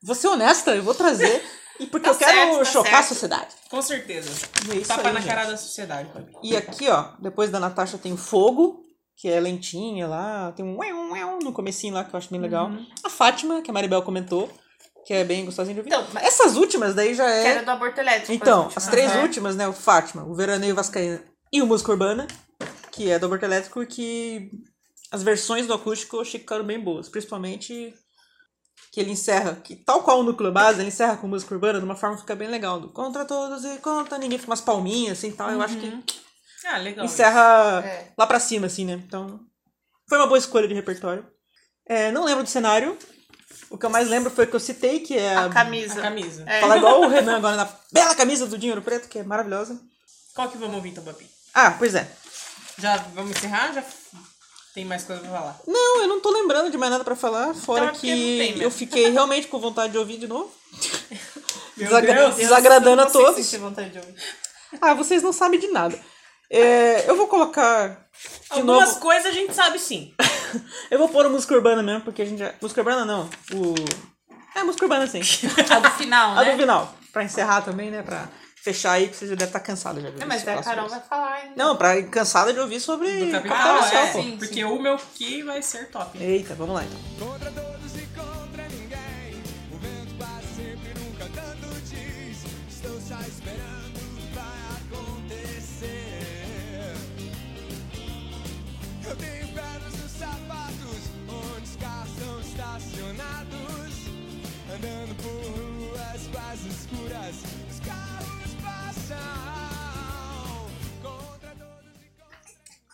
Speaker 3: vou ser honesta, eu vou trazer, e porque
Speaker 2: Tá
Speaker 3: eu quero
Speaker 2: certo, tá
Speaker 3: chocar
Speaker 2: certo.
Speaker 3: a sociedade.
Speaker 4: Com certeza.
Speaker 3: E é isso
Speaker 4: Tapa
Speaker 3: aí,
Speaker 4: na
Speaker 3: gente.
Speaker 4: cara da sociedade, Fabi.
Speaker 3: E aqui, ó, depois da Natasha tem o Fogo, que é lentinha lá, tem um uéu, uéu no comecinho lá, que eu acho bem legal.
Speaker 2: Uhum.
Speaker 3: A Fátima, que a Maribel comentou, que é bem gostosinha de ouvir.
Speaker 2: Então, mas-
Speaker 3: Essas últimas daí já
Speaker 2: Que era
Speaker 3: é...
Speaker 2: do aborto elétrico.
Speaker 3: Então, as
Speaker 2: últimas,
Speaker 3: três
Speaker 2: né?
Speaker 3: últimas, né, o Fátima, o Veraneio Vascaína e o Música Urbana, que é do Aborto Elétrico, e que as versões do acústico eu achei que ficaram bem boas, principalmente que ele encerra, que tal qual o núcleo base, ele encerra com música urbana de uma forma que fica bem legal. Do contra todos e contra ninguém, fica umas palminhas assim e tal. Eu acho
Speaker 2: Uhum.
Speaker 3: que
Speaker 4: Ah, legal.
Speaker 3: encerra
Speaker 2: É.
Speaker 3: lá pra cima, assim, né? Então, foi uma boa escolha de repertório. É, não lembro do cenário. O que eu mais lembro foi o que eu citei, que é
Speaker 2: A
Speaker 4: isso.
Speaker 2: camisa.
Speaker 4: A camisa.
Speaker 2: É.
Speaker 3: falar igual o Renan agora na bela camisa do Dinheiro Preto, que é maravilhosa.
Speaker 4: Qual que vamos ouvir então, Papi?
Speaker 3: Ah, pois é.
Speaker 4: Já vamos encerrar? Já tem mais coisa pra falar?
Speaker 3: Não, eu não tô lembrando de mais nada pra falar, fora
Speaker 2: Então é porque
Speaker 3: que
Speaker 2: não tem mesmo.
Speaker 3: eu fiquei realmente com vontade de ouvir de novo.
Speaker 4: Meu
Speaker 3: Desagra-
Speaker 4: Deus.
Speaker 3: desagradando a
Speaker 2: Não sei se
Speaker 3: todos.
Speaker 2: tem vontade de ouvir.
Speaker 3: Ah, vocês não sabem de nada. É, eu vou colocar de
Speaker 4: Algumas
Speaker 3: novo.
Speaker 4: coisas a gente sabe sim.
Speaker 3: Eu vou pôr o música urbana mesmo, porque a gente já. Música urbana não. O. É, música urbana sim.
Speaker 2: A do final,
Speaker 3: A
Speaker 2: né?
Speaker 3: do final. Pra encerrar também, né? Pra fechar aí, que você já deve estar cansado
Speaker 4: É,
Speaker 3: já de ouvir.
Speaker 2: Não, É, mas
Speaker 3: esse
Speaker 2: daí a
Speaker 3: próximo.
Speaker 2: Carol vai falar ainda.
Speaker 3: Não, pra cansada de ouvir sobre
Speaker 4: Do
Speaker 3: Capital
Speaker 4: Capital,
Speaker 3: Inicial,
Speaker 4: é,
Speaker 3: pô.
Speaker 2: sim.
Speaker 4: porque o meu que vai ser top.
Speaker 3: Eita, vamos lá então.
Speaker 6: Contra todos e contra ninguém. O vento passa sempre nunca tanto diz. Estou só esperando, vai acontecer. Eu tenho pedras nos sapatos, onde os carros estão estacionados. Andando por ruas quase escuras, os carros passam. Contra todos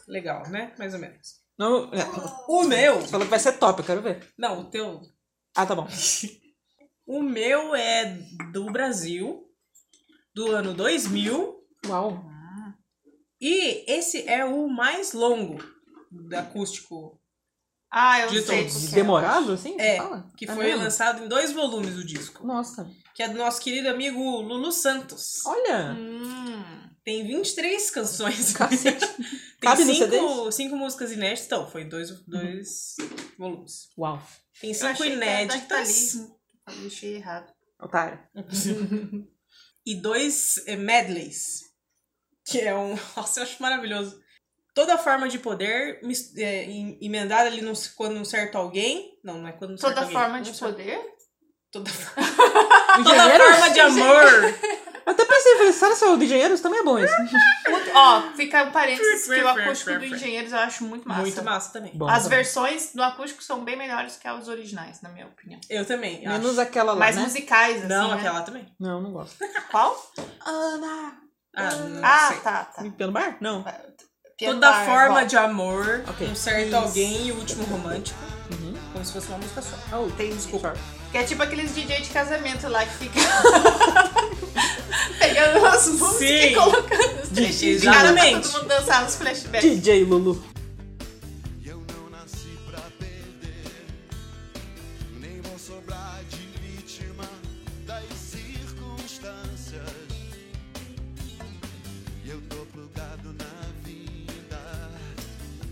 Speaker 6: e
Speaker 4: Legal, né? Mais ou menos.
Speaker 3: Não, é,
Speaker 4: O meu?
Speaker 3: você falou que vai ser top, eu quero ver.
Speaker 4: Não, o teu.
Speaker 3: Ah, tá bom.
Speaker 4: O meu é do Brasil, do ano 2000.
Speaker 3: Uau.
Speaker 4: E esse é o mais longo do acústico,
Speaker 2: Ah, eu
Speaker 4: De
Speaker 2: sei.
Speaker 4: todos.
Speaker 2: qual que é.
Speaker 3: Demorado, assim?
Speaker 4: É,
Speaker 3: Fala.
Speaker 4: que
Speaker 3: É
Speaker 4: foi
Speaker 3: mesmo?
Speaker 4: lançado em dois volumes o disco,
Speaker 3: Nossa.
Speaker 4: que é do nosso querido amigo Lulu Santos.
Speaker 3: Olha.
Speaker 2: Hum.
Speaker 4: Tem 23 canções.
Speaker 3: Cacete.
Speaker 4: Tem
Speaker 3: Cabe no
Speaker 4: cinco, cinco músicas inéditas. Então, foi dois, dois volumes.
Speaker 3: Uau.
Speaker 4: Tem
Speaker 2: Eu
Speaker 4: cinco
Speaker 2: achei que tá- era
Speaker 4: inéditas
Speaker 2: Dali. Eu Deixei errado.
Speaker 3: Otário.
Speaker 4: e dois eh, medleys. Que é um. Nossa, eu acho maravilhoso. Toda forma de poder mis- eh, em- emendada ali num, quando um certo alguém. Não, não é quando um certo
Speaker 2: Toda
Speaker 4: alguém.
Speaker 2: forma
Speaker 4: Um
Speaker 2: de
Speaker 4: certo-
Speaker 2: poder?
Speaker 4: Toda, toda
Speaker 3: Engenheiros?
Speaker 4: forma de amor.
Speaker 3: Eu até pensei, falei, será que o de engenheiros também é bom isso?
Speaker 2: O- Ó, fica um parênteses
Speaker 4: Fui,
Speaker 2: que o
Speaker 4: fui, fui,
Speaker 2: acústico
Speaker 4: fui,
Speaker 2: do
Speaker 4: fui.
Speaker 2: Engenheiros eu acho muito massa.
Speaker 4: Muito massa também.
Speaker 3: Bom,
Speaker 2: As
Speaker 3: tá bom.
Speaker 2: versões do acústico são bem melhores que as originais, na minha opinião.
Speaker 4: Eu também.
Speaker 3: Menos
Speaker 4: acho.
Speaker 3: aquela lá,
Speaker 2: Mais
Speaker 3: né?
Speaker 2: musicais, assim.
Speaker 4: Não,
Speaker 2: né?
Speaker 4: aquela lá também.
Speaker 3: Não, não gosto.
Speaker 2: Qual?
Speaker 3: Ana.
Speaker 4: Ah, não
Speaker 2: Ah,
Speaker 4: sei.
Speaker 2: tá, tá.
Speaker 3: Limpando bar? Não.
Speaker 2: Piano
Speaker 4: Toda
Speaker 2: Bar,
Speaker 4: forma
Speaker 2: ó.
Speaker 4: de amor,
Speaker 3: Ok.
Speaker 4: um certo alguém e o último romântico.
Speaker 3: Uhum.
Speaker 4: Como se fosse uma música só.
Speaker 3: Oh,
Speaker 2: Entendi.
Speaker 3: desculpa.
Speaker 2: Que é tipo aqueles DJ de casamento lá que fica. pegando as músicas
Speaker 4: Sim.
Speaker 2: e colocando os trechinhos de cara pra
Speaker 4: Exatamente.
Speaker 2: todo mundo dançar nos flashbacks.
Speaker 3: DJ Lulu.
Speaker 6: E eu não nasci pra perder, nem vou sobrar de vítima das circunstâncias. E eu tô plugado na vida,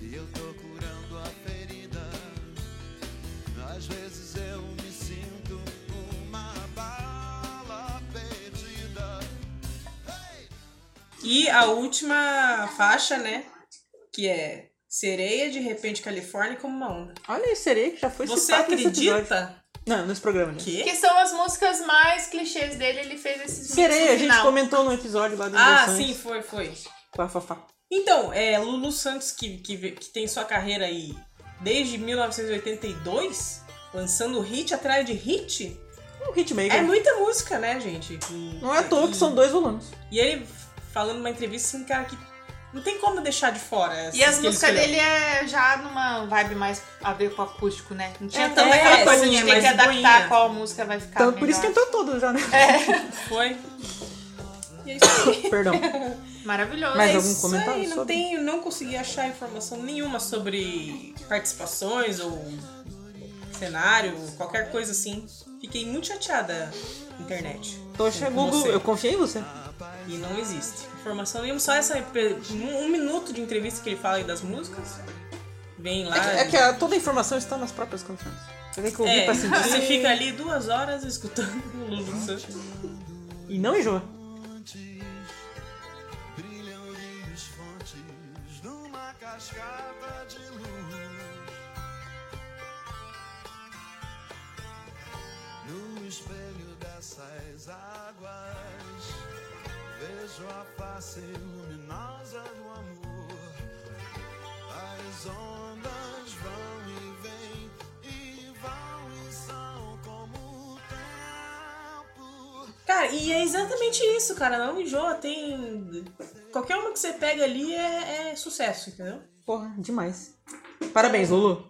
Speaker 6: e eu tô curando a ferida. Às vezes eu me sinto uma bala perdida.
Speaker 4: E a última faixa, né? Que é Sereia, de repente, Califórnia como uma onda.
Speaker 3: Olha aí, sereia que já foi
Speaker 4: Você
Speaker 3: citada nesse episódio.
Speaker 4: acredita
Speaker 3: Não, nesse programa. Né?
Speaker 4: que.
Speaker 2: Que são as músicas mais clichês dele, ele fez esses
Speaker 3: Sereia, a gente
Speaker 2: final.
Speaker 3: comentou no episódio lá das
Speaker 4: Ah,
Speaker 3: versões
Speaker 4: sim, foi, foi.
Speaker 3: com a Fafá.
Speaker 4: Então, é Lulu Santos, que, que, ve- que tem sua carreira aí desde 1982, lançando hit atrás de hit.
Speaker 3: Um hitmaker.
Speaker 4: É muita música, né, gente? E-
Speaker 3: Não é à toa que
Speaker 4: e-
Speaker 3: são dois volumes.
Speaker 4: E ele falando numa entrevista, um cara que Não tem como deixar de fora essa.
Speaker 2: E as
Speaker 4: que ele
Speaker 2: músicas
Speaker 4: escolheu.
Speaker 2: dele é já numa vibe mais a ver com acústico, né? Não tinha
Speaker 4: É,
Speaker 2: tanta
Speaker 4: é,
Speaker 2: aquela coisa de
Speaker 4: sim, é
Speaker 2: ter
Speaker 4: mais
Speaker 2: que adaptar
Speaker 4: boinha.
Speaker 2: qual música vai ficar.
Speaker 3: Então, por
Speaker 2: Tá melhor.
Speaker 3: isso que entrou todo já, né?
Speaker 4: Foi. E é isso aí.
Speaker 3: Perdão.
Speaker 2: Maravilhoso.
Speaker 3: Mas
Speaker 4: É
Speaker 3: algum
Speaker 4: isso
Speaker 3: comentário
Speaker 4: aí, não,
Speaker 3: sobre?
Speaker 4: tem, não consegui achar informação nenhuma sobre participações ou cenário, qualquer coisa assim. Fiquei muito chateada na internet.
Speaker 3: Tô achando,
Speaker 4: Com
Speaker 3: Google,
Speaker 4: você.
Speaker 3: eu confiei em você.
Speaker 4: E não existe. Informação nenhuma, só essa pe- um, um minuto de entrevista que ele fala aí das músicas. Vem lá.
Speaker 3: É que, é que a- toda a informação está nas próprias canções. Você tem que tá ouvir
Speaker 4: É,
Speaker 3: pra sentir.
Speaker 4: você fica ali duas horas escutando o Lulu Santos.
Speaker 3: E não enjoa.
Speaker 7: Brilham rios fontes numa cascata de luz. No espelho dessas águas, vejo a face luminosa do amor. As ondas vão e vêm, e vão e são como o tempo.
Speaker 4: Cara, e é exatamente isso, cara. Não enjoa, tem. Qualquer uma que você pega ali é, é sucesso, entendeu?
Speaker 3: Porra, demais. Parabéns, Lulu.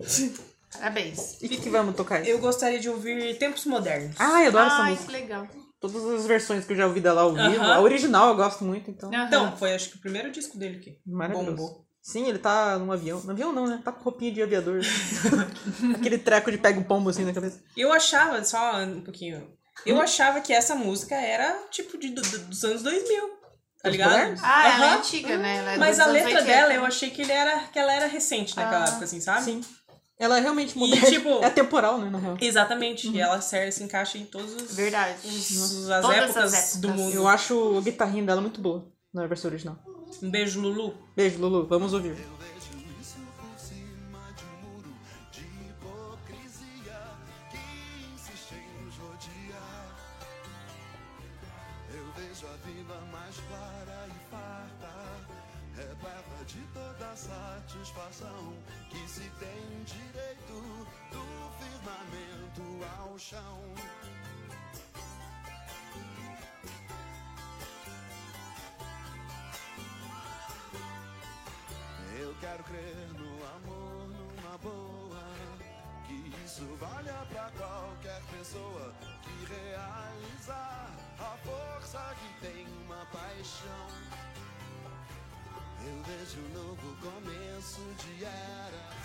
Speaker 2: Parabéns.
Speaker 3: E o que, que vamos tocar? aí?
Speaker 4: Eu gostaria de ouvir Tempos Modernos.
Speaker 3: Ah, eu adoro essa
Speaker 2: Ai,
Speaker 3: música.
Speaker 2: que legal.
Speaker 3: Todas as versões que eu já ouvi dela ao vivo.
Speaker 4: Aham.
Speaker 3: A original eu gosto muito, então.
Speaker 2: Aham.
Speaker 4: Então, foi acho que o primeiro disco dele aqui.
Speaker 3: Maravilhoso.
Speaker 4: Bombou.
Speaker 3: Sim, ele tá num avião. No avião não, né? Tá com roupinha de aviador. Aquele treco de pega o pombo assim na cabeça.
Speaker 4: Eu achava, só um pouquinho. Eu achava que essa música era tipo de, do- do- dos anos 2000. Tá
Speaker 3: Tempos
Speaker 4: ligado?
Speaker 3: Modernos?
Speaker 2: Ah, ela é
Speaker 4: Aham.
Speaker 2: antiga, né? Ela é
Speaker 4: Mas
Speaker 2: dos
Speaker 4: a
Speaker 2: anos Ah,
Speaker 4: letra
Speaker 2: 80.
Speaker 4: dela, eu achei que, ele era, que ela era recente naquela época, assim, sabe?
Speaker 3: Sim. Ela é realmente moderna.
Speaker 4: tipo-
Speaker 3: É temporal, né, na real.
Speaker 4: Exatamente. E ela se, se encaixa em todos os.
Speaker 2: Verdade.
Speaker 4: os- as
Speaker 2: Todas
Speaker 4: épocas
Speaker 2: as
Speaker 4: do
Speaker 2: épocas.
Speaker 4: mundo.
Speaker 3: Eu acho a guitarrinha dela muito boa na versão original.
Speaker 4: Um beijo, Lulu.
Speaker 3: Beijo, Lulu. Vamos ouvir.
Speaker 7: vejo isso por cima de um muro de hipocrisia que insiste em nos rodear. Eu vejo a vida mais clara e farta, repleta de toda a satisfação que se tem direito do firmamento ao chão. Eu quero crer no amor, numa boa. Que isso valha pra qualquer pessoa que realizar a força que tem uma paixão. Eu vejo um novo começo de era.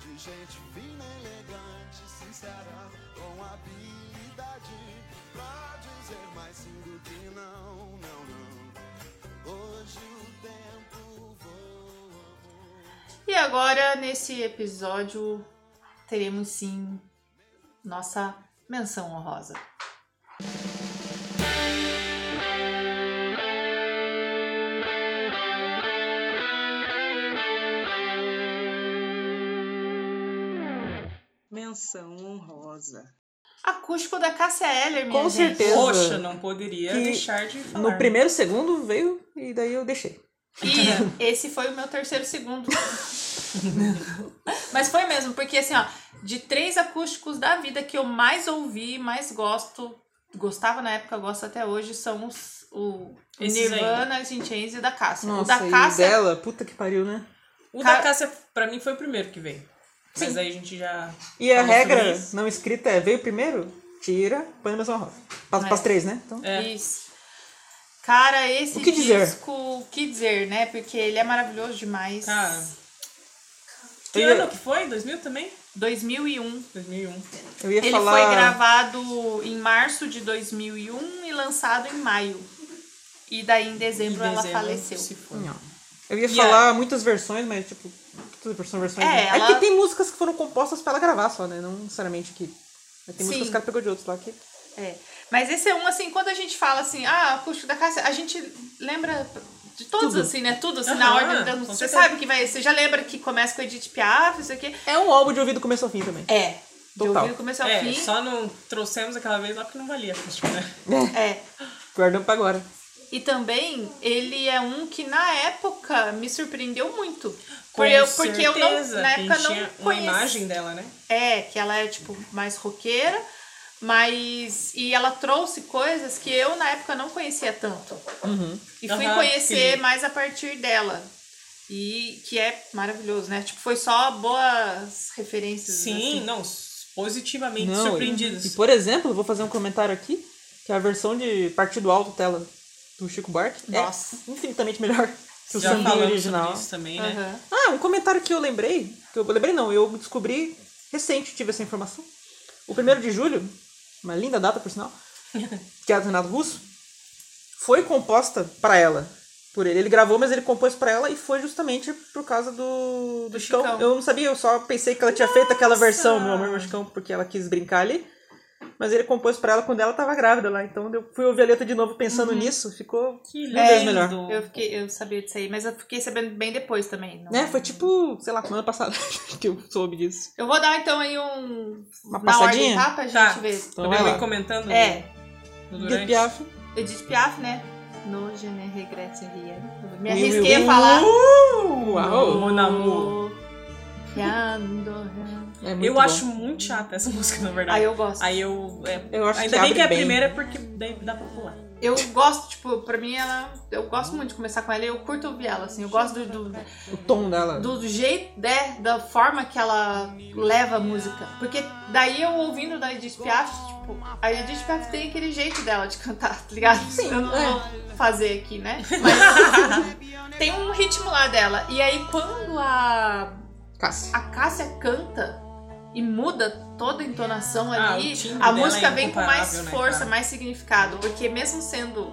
Speaker 7: De gente fina, elegante, sincera, com habilidade pra dizer mais sim do que não, não, não. Hoje o tempo voa.
Speaker 2: E agora, nesse episódio, teremos sim nossa menção honrosa.
Speaker 4: Menção honrosa.
Speaker 2: Acústico da Cássia Eller, minha
Speaker 3: Com
Speaker 2: gente.
Speaker 3: certeza.
Speaker 4: Poxa, não poderia
Speaker 3: Que
Speaker 4: deixar de falar.
Speaker 3: No primeiro segundo veio e daí eu deixei.
Speaker 2: E esse foi o meu terceiro segundo. Mas foi mesmo, porque assim, ó, de três acústicos da vida que eu mais ouvi, mais gosto, gostava na época, gosto até hoje, são os o
Speaker 4: Esses aí.
Speaker 2: Nirvana, Alice in Chains e da é- Cássia.
Speaker 3: Nossa,
Speaker 2: o da
Speaker 3: e
Speaker 2: Cássia
Speaker 3: dela, puta que pariu, né?
Speaker 4: O
Speaker 2: Ca-
Speaker 4: da Cássia, pra mim, foi o primeiro que veio. Mas aí a gente já.
Speaker 3: E a
Speaker 4: Falou sobre
Speaker 3: regra
Speaker 4: isso.
Speaker 3: não escrita é veio primeiro, tira, põe na mesma roda. Passa
Speaker 2: É.
Speaker 3: pras três, né? Então,
Speaker 4: É.
Speaker 2: Isso. Cara, esse
Speaker 3: O que dizer?
Speaker 2: disco, o que dizer, né? Porque ele é maravilhoso demais.
Speaker 4: Cara. Tá. Que
Speaker 3: Eu ia-
Speaker 4: ano que foi? 2000 também?
Speaker 2: 2001.
Speaker 4: 2001.
Speaker 3: eu ia
Speaker 2: Ele
Speaker 3: falar.
Speaker 2: foi gravado em março de 2001 e lançado em maio. E daí em dezembro,
Speaker 4: Em
Speaker 2: ela
Speaker 4: dezembro
Speaker 2: faleceu. Hum.
Speaker 4: Se foi.
Speaker 3: Não. Eu ia
Speaker 4: E
Speaker 3: falar muitas versões, mas tipo, todas são versões.
Speaker 2: É,
Speaker 3: né?
Speaker 2: ela-
Speaker 3: é que tem músicas que foram compostas pra ela gravar só, né? Não necessariamente que. Mas tem
Speaker 2: Sim.
Speaker 3: músicas que ela pegou de outros lá que.
Speaker 2: É. Mas esse é um, assim, quando a gente fala assim, ah, acústico da Cássia, a gente lembra de todos,
Speaker 3: Tudo.
Speaker 2: assim, né? Tudo, assim,
Speaker 4: Aham,
Speaker 2: na ordem. da-
Speaker 4: com
Speaker 2: Você
Speaker 4: certeza.
Speaker 2: sabe que vai. Você já lembra que começa com Edith Piaf, isso aqui.
Speaker 3: É um álbum de ouvido do começo ao fim também.
Speaker 2: É. De
Speaker 3: Total.
Speaker 2: ouvir do começo ao
Speaker 4: É,
Speaker 2: fim.
Speaker 4: só não trouxemos aquela vez lá porque não valia acústico, né?
Speaker 2: É.
Speaker 3: Guardamos pra agora.
Speaker 2: E também, ele é um que na época me surpreendeu muito.
Speaker 4: Com
Speaker 2: Porque eu, porque eu não,
Speaker 4: certeza,
Speaker 2: na
Speaker 4: que
Speaker 2: época
Speaker 4: tinha
Speaker 2: não
Speaker 4: uma
Speaker 2: conhecia.
Speaker 4: imagem dela, né?
Speaker 2: É, que ela é, tipo, mais roqueira, mas. E ela trouxe coisas
Speaker 3: Uhum.
Speaker 2: que eu na época não conhecia tanto. E fui
Speaker 4: Aham,
Speaker 2: conhecer
Speaker 4: sim.
Speaker 2: mais a partir dela. E que é maravilhoso, né? Tipo, foi só boas referências.
Speaker 4: Sim,
Speaker 2: assim.
Speaker 4: não, positivamente
Speaker 3: Não,
Speaker 4: surpreendidos.
Speaker 3: E, por exemplo, eu vou fazer um comentário aqui, que é a versão de Partido Alto Tela do Chico Buarque
Speaker 2: Nossa.
Speaker 3: é infinitamente melhor que o
Speaker 4: Já
Speaker 3: samba
Speaker 4: falamos
Speaker 3: original.
Speaker 4: sobre isso também, né?
Speaker 2: Aham.
Speaker 3: Ah, um comentário que eu lembrei, que eu lembrei não, eu descobri recente, tive essa informação. O 1 de julho, uma linda data por sinal, que é do Renato Russo, foi composta pra ela, por ele. Ele gravou, mas ele compôs pra ela e foi justamente por causa do, do, Chicão.
Speaker 2: Chicão.
Speaker 3: Eu não sabia, eu só pensei que ela tinha feito aquela versão, meu amor, meu Chicão, porque ela quis brincar ali. Mas ele compôs pra ela quando ela tava grávida lá. Então eu fui ouvir a letra de novo pensando nisso, ficou
Speaker 4: Que
Speaker 3: Mil vezes
Speaker 4: lindo.
Speaker 3: melhor.
Speaker 2: Eu, fiquei, eu sabia disso aí, mas eu fiquei sabendo bem depois também. não-
Speaker 3: né? Foi tipo, sei lá, semana passada que eu soube disso.
Speaker 2: Eu vou dar então aí um. na
Speaker 3: Uma
Speaker 2: ordem,
Speaker 3: passadinha?
Speaker 2: tá? Pra gente
Speaker 4: Tá.
Speaker 2: ver.
Speaker 3: Então
Speaker 4: Também
Speaker 3: vai
Speaker 4: vem
Speaker 3: lá.
Speaker 4: comentando
Speaker 2: É,
Speaker 4: durante.
Speaker 3: Piaf.
Speaker 2: Edith Piaf, né? No Je ne regrette rien. Me
Speaker 3: Oui, oui,
Speaker 2: arrisquei a
Speaker 3: oui.
Speaker 2: falar.
Speaker 4: Uh,
Speaker 3: Uau.
Speaker 4: Mon amour.
Speaker 2: Rien de-
Speaker 3: É
Speaker 4: eu
Speaker 3: bom.
Speaker 4: acho muito chata essa música, na verdade.
Speaker 2: Aí eu gosto.
Speaker 4: Aí eu. é,
Speaker 3: Eu acho
Speaker 4: ainda
Speaker 3: que
Speaker 4: bem que é a
Speaker 3: abre bem.
Speaker 4: primeira, porque daí dá pra pular.
Speaker 2: Eu gosto, tipo, pra mim ela. Eu gosto muito de começar com ela e eu curto ouvir ela, assim. Eu gosto do, do,
Speaker 3: o tom dela.
Speaker 2: do jeito, né, da forma que ela leva a música. Porque daí eu ouvindo da Edith Piaf, tipo, a Edith Piaf tem aquele jeito dela de cantar, tá ligado?
Speaker 3: Sim,
Speaker 2: eu não
Speaker 3: é.
Speaker 2: vou fazer aqui, né? Mas tem um ritmo lá dela. E aí quando a
Speaker 3: Cassi.
Speaker 2: a Cássia canta e muda toda a entonação
Speaker 4: Ah,
Speaker 2: ali,
Speaker 4: o timbre
Speaker 2: a
Speaker 4: dela
Speaker 2: música
Speaker 4: é
Speaker 2: vem com mais
Speaker 4: incomparável, né,
Speaker 2: força,
Speaker 4: cara?
Speaker 2: mais significado. Porque mesmo sendo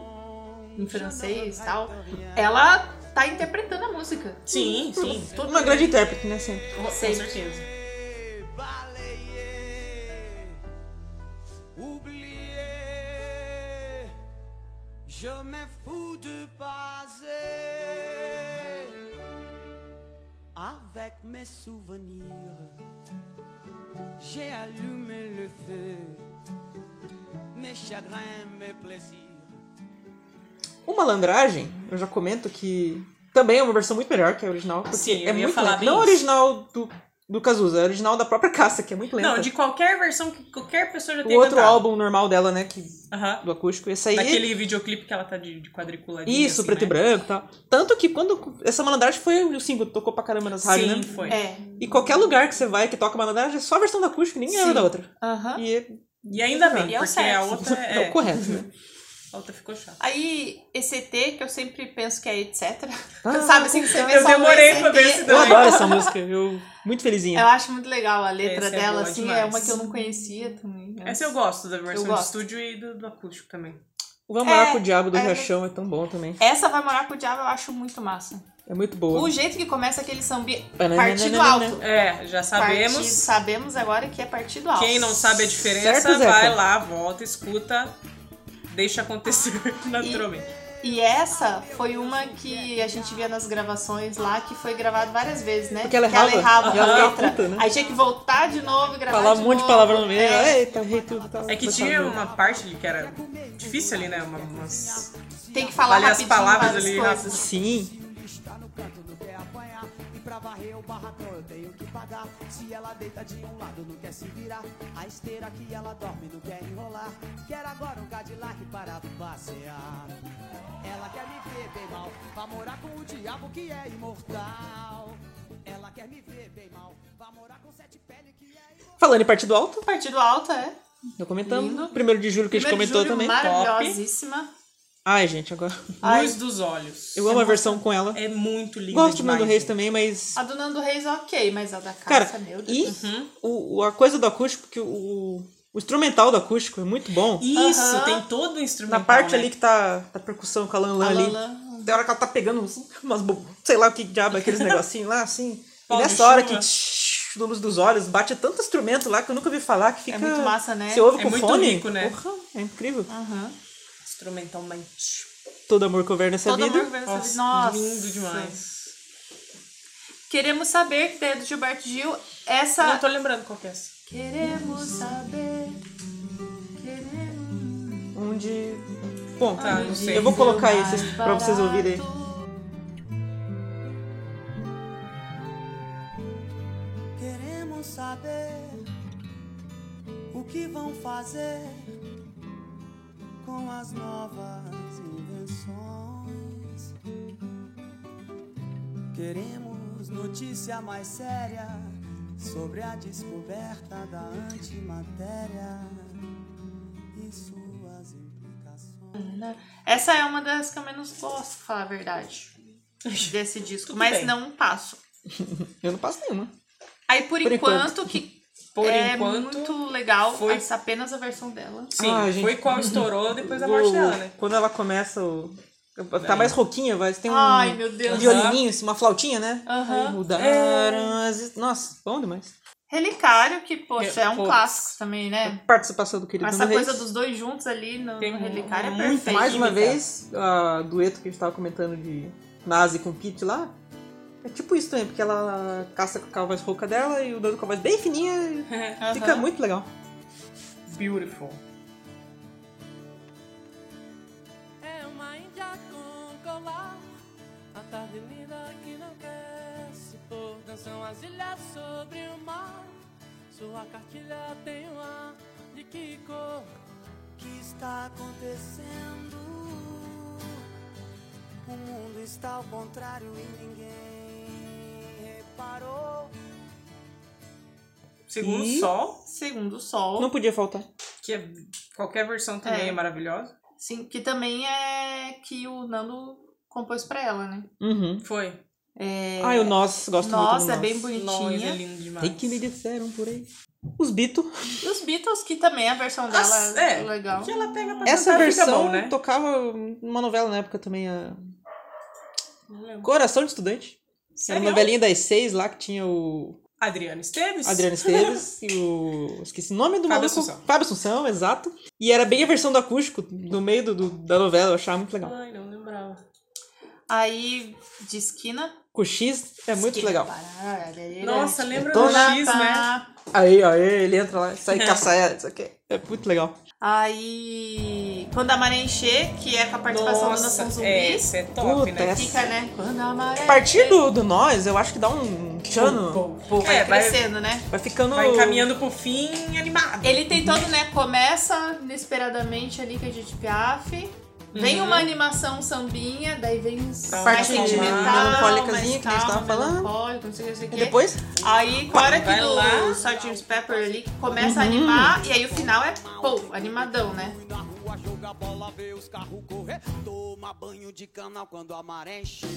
Speaker 2: em francês e tal,
Speaker 4: É.
Speaker 2: ela tá interpretando a música.
Speaker 4: Sim, sim.
Speaker 2: Tudo
Speaker 3: Uma grande intérprete, né? Sempre.
Speaker 4: Com
Speaker 2: Sempre.
Speaker 4: certeza.
Speaker 5: balayer, oublier. Je me fous du passé. Avec mes souvenirs, j'ai allumé le feu. Mes chagrins, mes plaisirs.
Speaker 3: O Malandragem, eu já comento que também é uma versão muito melhor que a original. Porque
Speaker 4: Sim,
Speaker 3: é
Speaker 4: eu ia
Speaker 3: muito
Speaker 4: falar
Speaker 3: lenta.
Speaker 4: bem
Speaker 3: Não a
Speaker 4: isso.
Speaker 3: original do, do Cazuza, é a original da própria Cássia, que é muito lenta.
Speaker 4: Não, de qualquer versão que qualquer pessoa já
Speaker 3: O
Speaker 4: tenha
Speaker 3: outro
Speaker 4: cantado.
Speaker 3: álbum normal dela, né? Que,
Speaker 4: Aham.
Speaker 3: do acústico. Esse aí.
Speaker 4: Daquele videoclipe que ela tá de, de quadriculadinha.
Speaker 3: Isso,
Speaker 4: assim,
Speaker 3: preto
Speaker 4: né?
Speaker 3: e branco e tal. Tanto que quando. Essa malandragem foi o single, tocou pra caramba nas rádios,
Speaker 4: Sim,
Speaker 3: né?
Speaker 4: foi.
Speaker 2: É.
Speaker 3: E qualquer lugar que você vai que toca malandragem é só a versão do acústico, nem é
Speaker 4: Sim.
Speaker 3: da outra.
Speaker 2: Aham.
Speaker 3: E é,
Speaker 4: E ainda bem,
Speaker 2: E é o
Speaker 4: porque
Speaker 2: certo.
Speaker 4: a outra
Speaker 3: é
Speaker 4: é.
Speaker 3: o correto, né?
Speaker 4: A outra ficou chata.
Speaker 2: Aí, ECT, que eu sempre penso que é etc.
Speaker 3: Ah,
Speaker 2: Sabe é assim, que você vê
Speaker 4: eu
Speaker 2: só o
Speaker 4: demorei pra
Speaker 2: ECT.
Speaker 4: ver esse
Speaker 3: Eu
Speaker 4: daí.
Speaker 3: adoro essa música, eu. Muito felizinha.
Speaker 2: Eu acho muito legal a letra
Speaker 4: Essa é
Speaker 2: dela,
Speaker 4: boa
Speaker 2: assim, é
Speaker 4: demais.
Speaker 2: uma que eu não conhecia também. né?
Speaker 4: Essa eu gosto da versão de
Speaker 2: É. gosto.
Speaker 4: estúdio e do, do acústico também.
Speaker 3: O Vamos Morar
Speaker 2: É,
Speaker 3: com o Diabo do
Speaker 2: é.
Speaker 3: Riachão é tão bom também.
Speaker 2: Essa vai morar com o diabo, eu acho muito massa.
Speaker 3: É muito boa.
Speaker 2: O jeito que começa aquele sambi
Speaker 3: Banana,
Speaker 2: partido
Speaker 3: banana,
Speaker 2: alto.
Speaker 4: É, já
Speaker 2: Partido-
Speaker 4: sabemos.
Speaker 2: sabemos agora que é partido alto.
Speaker 4: Quem não sabe a diferença,
Speaker 3: Certo, Zeca?
Speaker 4: vai lá, volta, escuta, deixa acontecer naturalmente.
Speaker 2: E essa foi uma que a gente via nas gravações lá, que foi gravada várias vezes, né?
Speaker 3: Porque ela
Speaker 2: Que ela
Speaker 3: errava.
Speaker 2: errava
Speaker 3: E ela
Speaker 2: a
Speaker 3: ficava
Speaker 2: letra.
Speaker 3: puta, né?
Speaker 2: Aí tinha que voltar de novo e gravar
Speaker 3: Falar
Speaker 2: de
Speaker 3: um monte de
Speaker 2: novo.
Speaker 3: palavrão no meio.
Speaker 2: É.
Speaker 3: Eita, errei tudo. Tá,
Speaker 4: É que
Speaker 3: Mas
Speaker 4: tinha
Speaker 3: tá bom.
Speaker 4: uma parte ali que era difícil ali, né? Uma- umas...
Speaker 2: Tem que falar
Speaker 4: Valia as
Speaker 2: rapidinho
Speaker 4: palavras
Speaker 2: várias
Speaker 4: ali,
Speaker 2: coisas.
Speaker 3: Sim.
Speaker 5: Está no canto, não quer apanhar. E pra varrer o barracão eu tenho que pagar. Se ela deita de um lado, não quer se virar. A esteira que ela dorme, não quer enrolar. Quero agora um Cadillac para passear. Ela quer me ver bem mal, pra morar com o diabo que é imortal. Ela quer me ver bem mal, pra morar com sete peles que é imortal.
Speaker 3: Falando em Partido Alto,
Speaker 2: Partido alto, é.
Speaker 3: eu comentamos.
Speaker 2: Lindo.
Speaker 3: Primeiro de julho que a
Speaker 2: Primeiro
Speaker 3: gente
Speaker 2: de julho,
Speaker 3: comentou também.
Speaker 2: Maravilhosíssima.
Speaker 3: Ai, gente, agora.
Speaker 2: Ai.
Speaker 4: Luz dos olhos.
Speaker 3: Eu amo a versão com ela.
Speaker 4: É muito linda
Speaker 3: Gosto de
Speaker 4: demais,
Speaker 3: Mano Reis
Speaker 4: gente.
Speaker 3: também, mas.
Speaker 2: A do Nando Reis, ok, mas a da Cássia,
Speaker 3: Cara,
Speaker 2: Ah, meu Deus. Uhum.
Speaker 3: e o, o- a coisa do acústico, que o, o instrumental do acústico é muito bom.
Speaker 4: Isso,
Speaker 2: Aham.
Speaker 4: tem todo o né? instrumento.
Speaker 3: Na parte ali que tá tá a percussão com a Lan Lan
Speaker 2: A
Speaker 3: ali.
Speaker 2: Lan
Speaker 3: Tem hora que ela tá pegando uns, umas bo- sei lá o que diabo, aqueles negocinhos lá, assim.
Speaker 4: Pau
Speaker 3: e
Speaker 4: de
Speaker 3: nessa hora
Speaker 4: chuva.
Speaker 3: que tsh, do luz dos olhos, bate tanto instrumento lá que eu nunca ouvi falar que fica.
Speaker 2: É muito massa, né?
Speaker 3: Você ouve
Speaker 4: É
Speaker 3: com
Speaker 4: muito
Speaker 3: fone?
Speaker 4: rico, né?
Speaker 3: Porra, é incrível.
Speaker 2: Aham.
Speaker 4: Instrumentalmente.
Speaker 3: Todo amor governa essa
Speaker 2: Todo
Speaker 3: vida.
Speaker 2: amor versus
Speaker 4: tipo, Nossa,
Speaker 2: Nossa.
Speaker 4: lindo demais.
Speaker 2: Queremos saber que daí é do Gilberto Gil.
Speaker 3: Tá.
Speaker 2: Essa.
Speaker 4: Não tô lembrando qual que é essa.
Speaker 2: Queremos saber. Queremos.
Speaker 3: Onde. um Bom,
Speaker 4: Tá, não sei.
Speaker 3: eu vou colocar aí
Speaker 2: mais
Speaker 3: vocês- pra vocês ouvirem.
Speaker 2: barato.
Speaker 5: Queremos saber o que vão fazer com as novas invenções. Queremos notícia mais séria sobre a descoberta da antimatéria e suas implicações.
Speaker 2: Essa é uma das que eu menos gosto, pra falar a verdade. Desse disco.
Speaker 3: Tudo
Speaker 2: mas
Speaker 3: bem.
Speaker 2: não passo.
Speaker 3: Eu não passo nenhuma.
Speaker 2: Aí por,
Speaker 3: Por
Speaker 2: enquanto, que
Speaker 4: Por
Speaker 2: é
Speaker 4: enquanto.
Speaker 2: muito legal
Speaker 4: foi-
Speaker 2: essa é apenas a versão dela.
Speaker 4: Sim,
Speaker 3: Ah, gente.
Speaker 4: foi qual estourou depois da morte
Speaker 3: O-
Speaker 4: dela, né?
Speaker 3: Quando ela começa o. Tá mais rouquinha, vai. Tem um
Speaker 2: Ai, meu Deus.
Speaker 3: violininho, assim, uma flautinha, né?
Speaker 2: Aham. É.
Speaker 3: Aí mudaram as. Nossa, bom demais.
Speaker 2: Relicário, que, poxa, é um
Speaker 4: Putz.
Speaker 2: clássico também, né?
Speaker 3: Participação do querido
Speaker 2: Essa
Speaker 3: Nando
Speaker 2: coisa
Speaker 3: Reis.
Speaker 2: dos dois juntos ali no,
Speaker 4: Tem
Speaker 2: no Relicário é perfeito.
Speaker 4: muito Fez
Speaker 3: Mais um uma
Speaker 4: imitar.
Speaker 3: vez, a dueto que a gente tava comentando de Nazi com Pete lá. É tipo isso também, porque ela caça com a voz rouca dela e o Nando com a voz bem fininha. e Fica muito legal.
Speaker 4: Beautiful.
Speaker 8: É uma índia com colar A tarde linda que não quer se pôr Dançam as ilhas sobre o mar Sua cartilha tem um ar de que cor?
Speaker 5: O que está acontecendo? O mundo está ao contrário e ninguém reparou.
Speaker 4: Segundo
Speaker 3: E-
Speaker 4: Sol,
Speaker 2: Segundo Sol.
Speaker 3: Não podia faltar.
Speaker 4: que é- qualquer versão também
Speaker 2: É.
Speaker 4: é, maravilhosa.
Speaker 2: Sim, que também é que o Nando compôs pra ela, né? É,
Speaker 3: Uhum.
Speaker 4: Foi.
Speaker 3: Ah, eu nós gosto muito.
Speaker 2: Nossa,
Speaker 3: do
Speaker 2: é
Speaker 3: Nós.
Speaker 2: bem
Speaker 4: Nós é
Speaker 2: bonitinha.
Speaker 4: lindo demais.
Speaker 3: Tem que me disseram por aí. Os Beatles.
Speaker 2: E os Beatles, que também a versão dela
Speaker 4: Nossa,
Speaker 2: é
Speaker 4: é.
Speaker 2: legal.
Speaker 4: que ela pega
Speaker 2: Ah,
Speaker 4: pra
Speaker 3: Essa
Speaker 2: tá,
Speaker 4: cantar, fica
Speaker 3: versão
Speaker 4: bom, né?
Speaker 3: tocava uma novela na época também, a
Speaker 4: Não lembro.
Speaker 3: Coração de Estudante. Era
Speaker 2: É
Speaker 4: Sério?
Speaker 3: uma novelinha das seis lá que tinha o
Speaker 4: Adriano Esteves.
Speaker 3: Adriano Esteves e o. Esqueci o nome do
Speaker 4: Fábio
Speaker 3: maluco.
Speaker 4: Assunção.
Speaker 3: Fábio Assunção, exato. E era bem a versão do acústico, no meio do, do- da novela, eu achava muito legal.
Speaker 4: Ai, não lembrava.
Speaker 2: Aí, de esquina.
Speaker 3: Com o X é muito legal.
Speaker 2: é
Speaker 4: Nossa, lembra do
Speaker 3: tô na
Speaker 4: X, né?
Speaker 3: Aí, ó, ele entra lá, sai caça ela, isso aqui. É muito legal.
Speaker 2: Aí, quando a maré encher, que é com a participação do Nação Zumbi,
Speaker 4: é, essa é top,
Speaker 3: Puta,
Speaker 4: né?
Speaker 3: essa-
Speaker 2: fica, né? Quando a maré
Speaker 3: A partir do, do nós, eu acho que dá um tchano.
Speaker 4: Pô, pô,
Speaker 2: vai
Speaker 4: é, vai,
Speaker 2: crescendo, né?
Speaker 3: Vai ficando.
Speaker 4: vai caminhando pro fim animado.
Speaker 2: Ele tem todo, né? Começa inesperadamente ali que é a gente piaf. Vem
Speaker 4: Uhum.
Speaker 2: uma animação sambinha, daí vem
Speaker 4: Tá.
Speaker 2: mais
Speaker 3: Parte
Speaker 2: sentimental,
Speaker 3: melancólicazinha
Speaker 2: mais
Speaker 3: que a gente tava
Speaker 2: calma,
Speaker 3: falando.
Speaker 2: melancólico, não sei o que, não sei o
Speaker 3: E
Speaker 2: que.
Speaker 3: depois,
Speaker 2: Aí, com a hora
Speaker 4: Vai
Speaker 2: que do
Speaker 4: lá.
Speaker 2: Sgt. Pepper ali que começa a
Speaker 3: Uhum.
Speaker 2: animar, e aí o final é, pô, animadão, né?
Speaker 5: Na rua joga bola, vê os carros correr. Toma banho de canal quando a maré encher.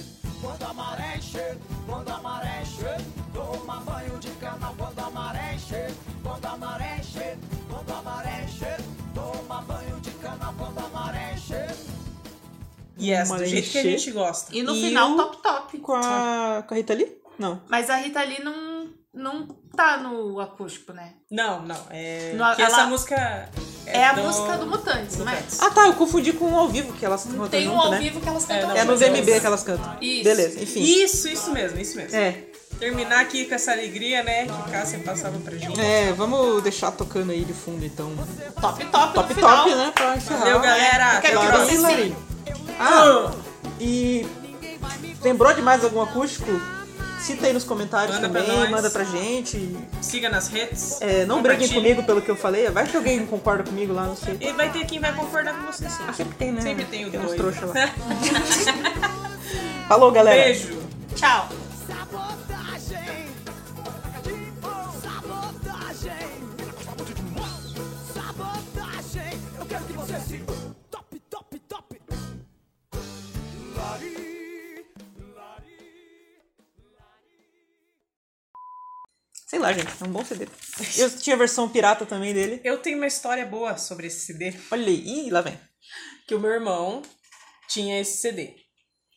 Speaker 5: Quando a maré encher, quando a maré encher. Toma banho de canal quando a maré encher. Quando a maré encher, quando a maré encher. Toma banho de canal quando a maré encher.
Speaker 4: E essa, do
Speaker 3: Uma
Speaker 4: jeito que a
Speaker 3: encher.
Speaker 4: gente gosta.
Speaker 2: E no
Speaker 3: E
Speaker 2: final, tá-
Speaker 3: o-
Speaker 2: top, top.
Speaker 3: com a, com a Rita ali? Não.
Speaker 2: Mas a Rita Lee não, não tá no acústico, né?
Speaker 4: Não, não. É...
Speaker 2: No-
Speaker 4: que essa
Speaker 2: ela-
Speaker 4: música.
Speaker 2: É,
Speaker 3: Então,
Speaker 2: a música do Mutantes, não é?
Speaker 4: Mutantes.
Speaker 3: Ah tá, eu confundi com o ao vivo que elas
Speaker 2: Não
Speaker 3: cantam
Speaker 2: tem
Speaker 3: junto,
Speaker 2: um ao
Speaker 3: né?
Speaker 2: vivo que elas
Speaker 4: É,
Speaker 2: cantam
Speaker 4: não,
Speaker 3: É no
Speaker 4: mas
Speaker 2: juntas.
Speaker 4: eu-
Speaker 3: VMB que elas cantam.
Speaker 2: Isso.
Speaker 3: Beleza, enfim.
Speaker 4: Isso, isso mesmo, isso mesmo.
Speaker 3: É.
Speaker 4: Terminar aqui com essa alegria, né? Que Cássia passava pra gente.
Speaker 3: É, vamos deixar tocando aí de fundo então.
Speaker 2: Top, top,
Speaker 3: Top
Speaker 2: no final.
Speaker 3: top, né? Pra encerrar.
Speaker 4: Valeu, galera. Até a
Speaker 3: Claro,
Speaker 4: próxima.
Speaker 3: hein, Larinho? Ah, e lembrou de mais algum acústico? Cita aí nos comentários
Speaker 4: Manda pra
Speaker 3: também,
Speaker 4: nós.
Speaker 3: manda pra gente.
Speaker 4: Siga nas redes.
Speaker 3: É, não briguem
Speaker 4: compartilhe.
Speaker 3: comigo pelo que eu falei, vai que alguém concorda comigo lá, não sei.
Speaker 4: E vai ter quem vai concordar com você sim.
Speaker 3: Sempre tem, né?
Speaker 4: Sempre tem o
Speaker 3: uns
Speaker 4: doido.
Speaker 3: trouxa lá. Falou, galera.
Speaker 4: Beijo.
Speaker 2: Tchau.
Speaker 5: Sabotagem! De bom. Sabotagem! Sabotagem! Eu quero que você se. Top, top, top! Lari, Lari.
Speaker 3: Sei lá, gente, é um bom CD. Eu tinha a versão pirata também dele.
Speaker 4: Eu tenho uma história boa sobre esse CD.
Speaker 3: Olha aí, ih, lá vem.
Speaker 4: Que o meu irmão tinha esse CD,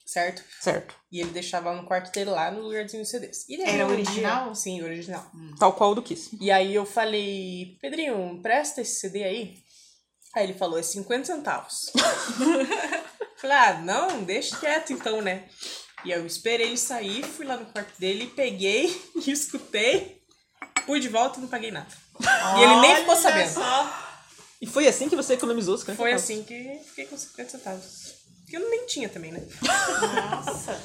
Speaker 4: certo?
Speaker 3: Certo.
Speaker 4: E ele deixava lá no quarto dele, lá no lugarzinho dos CDs. E daí
Speaker 2: Era
Speaker 4: um dia-
Speaker 2: original?
Speaker 4: Sim, original.
Speaker 3: Tal qual o do Kiss.
Speaker 4: E aí eu falei, Pedrinho, presta esse CD aí. Aí ele falou, é 50 centavos. falei, ah, não, deixa quieto então, né? E aí eu esperei ele sair, fui lá no quarto dele, peguei, escutei, fui de volta e não paguei nada. E ele nem ficou sabendo. assim
Speaker 3: E foi assim que você economizou os cantos?
Speaker 4: Foi assim que fiquei com 50 centavos. Que eu nem tinha também, né?
Speaker 2: Nossa.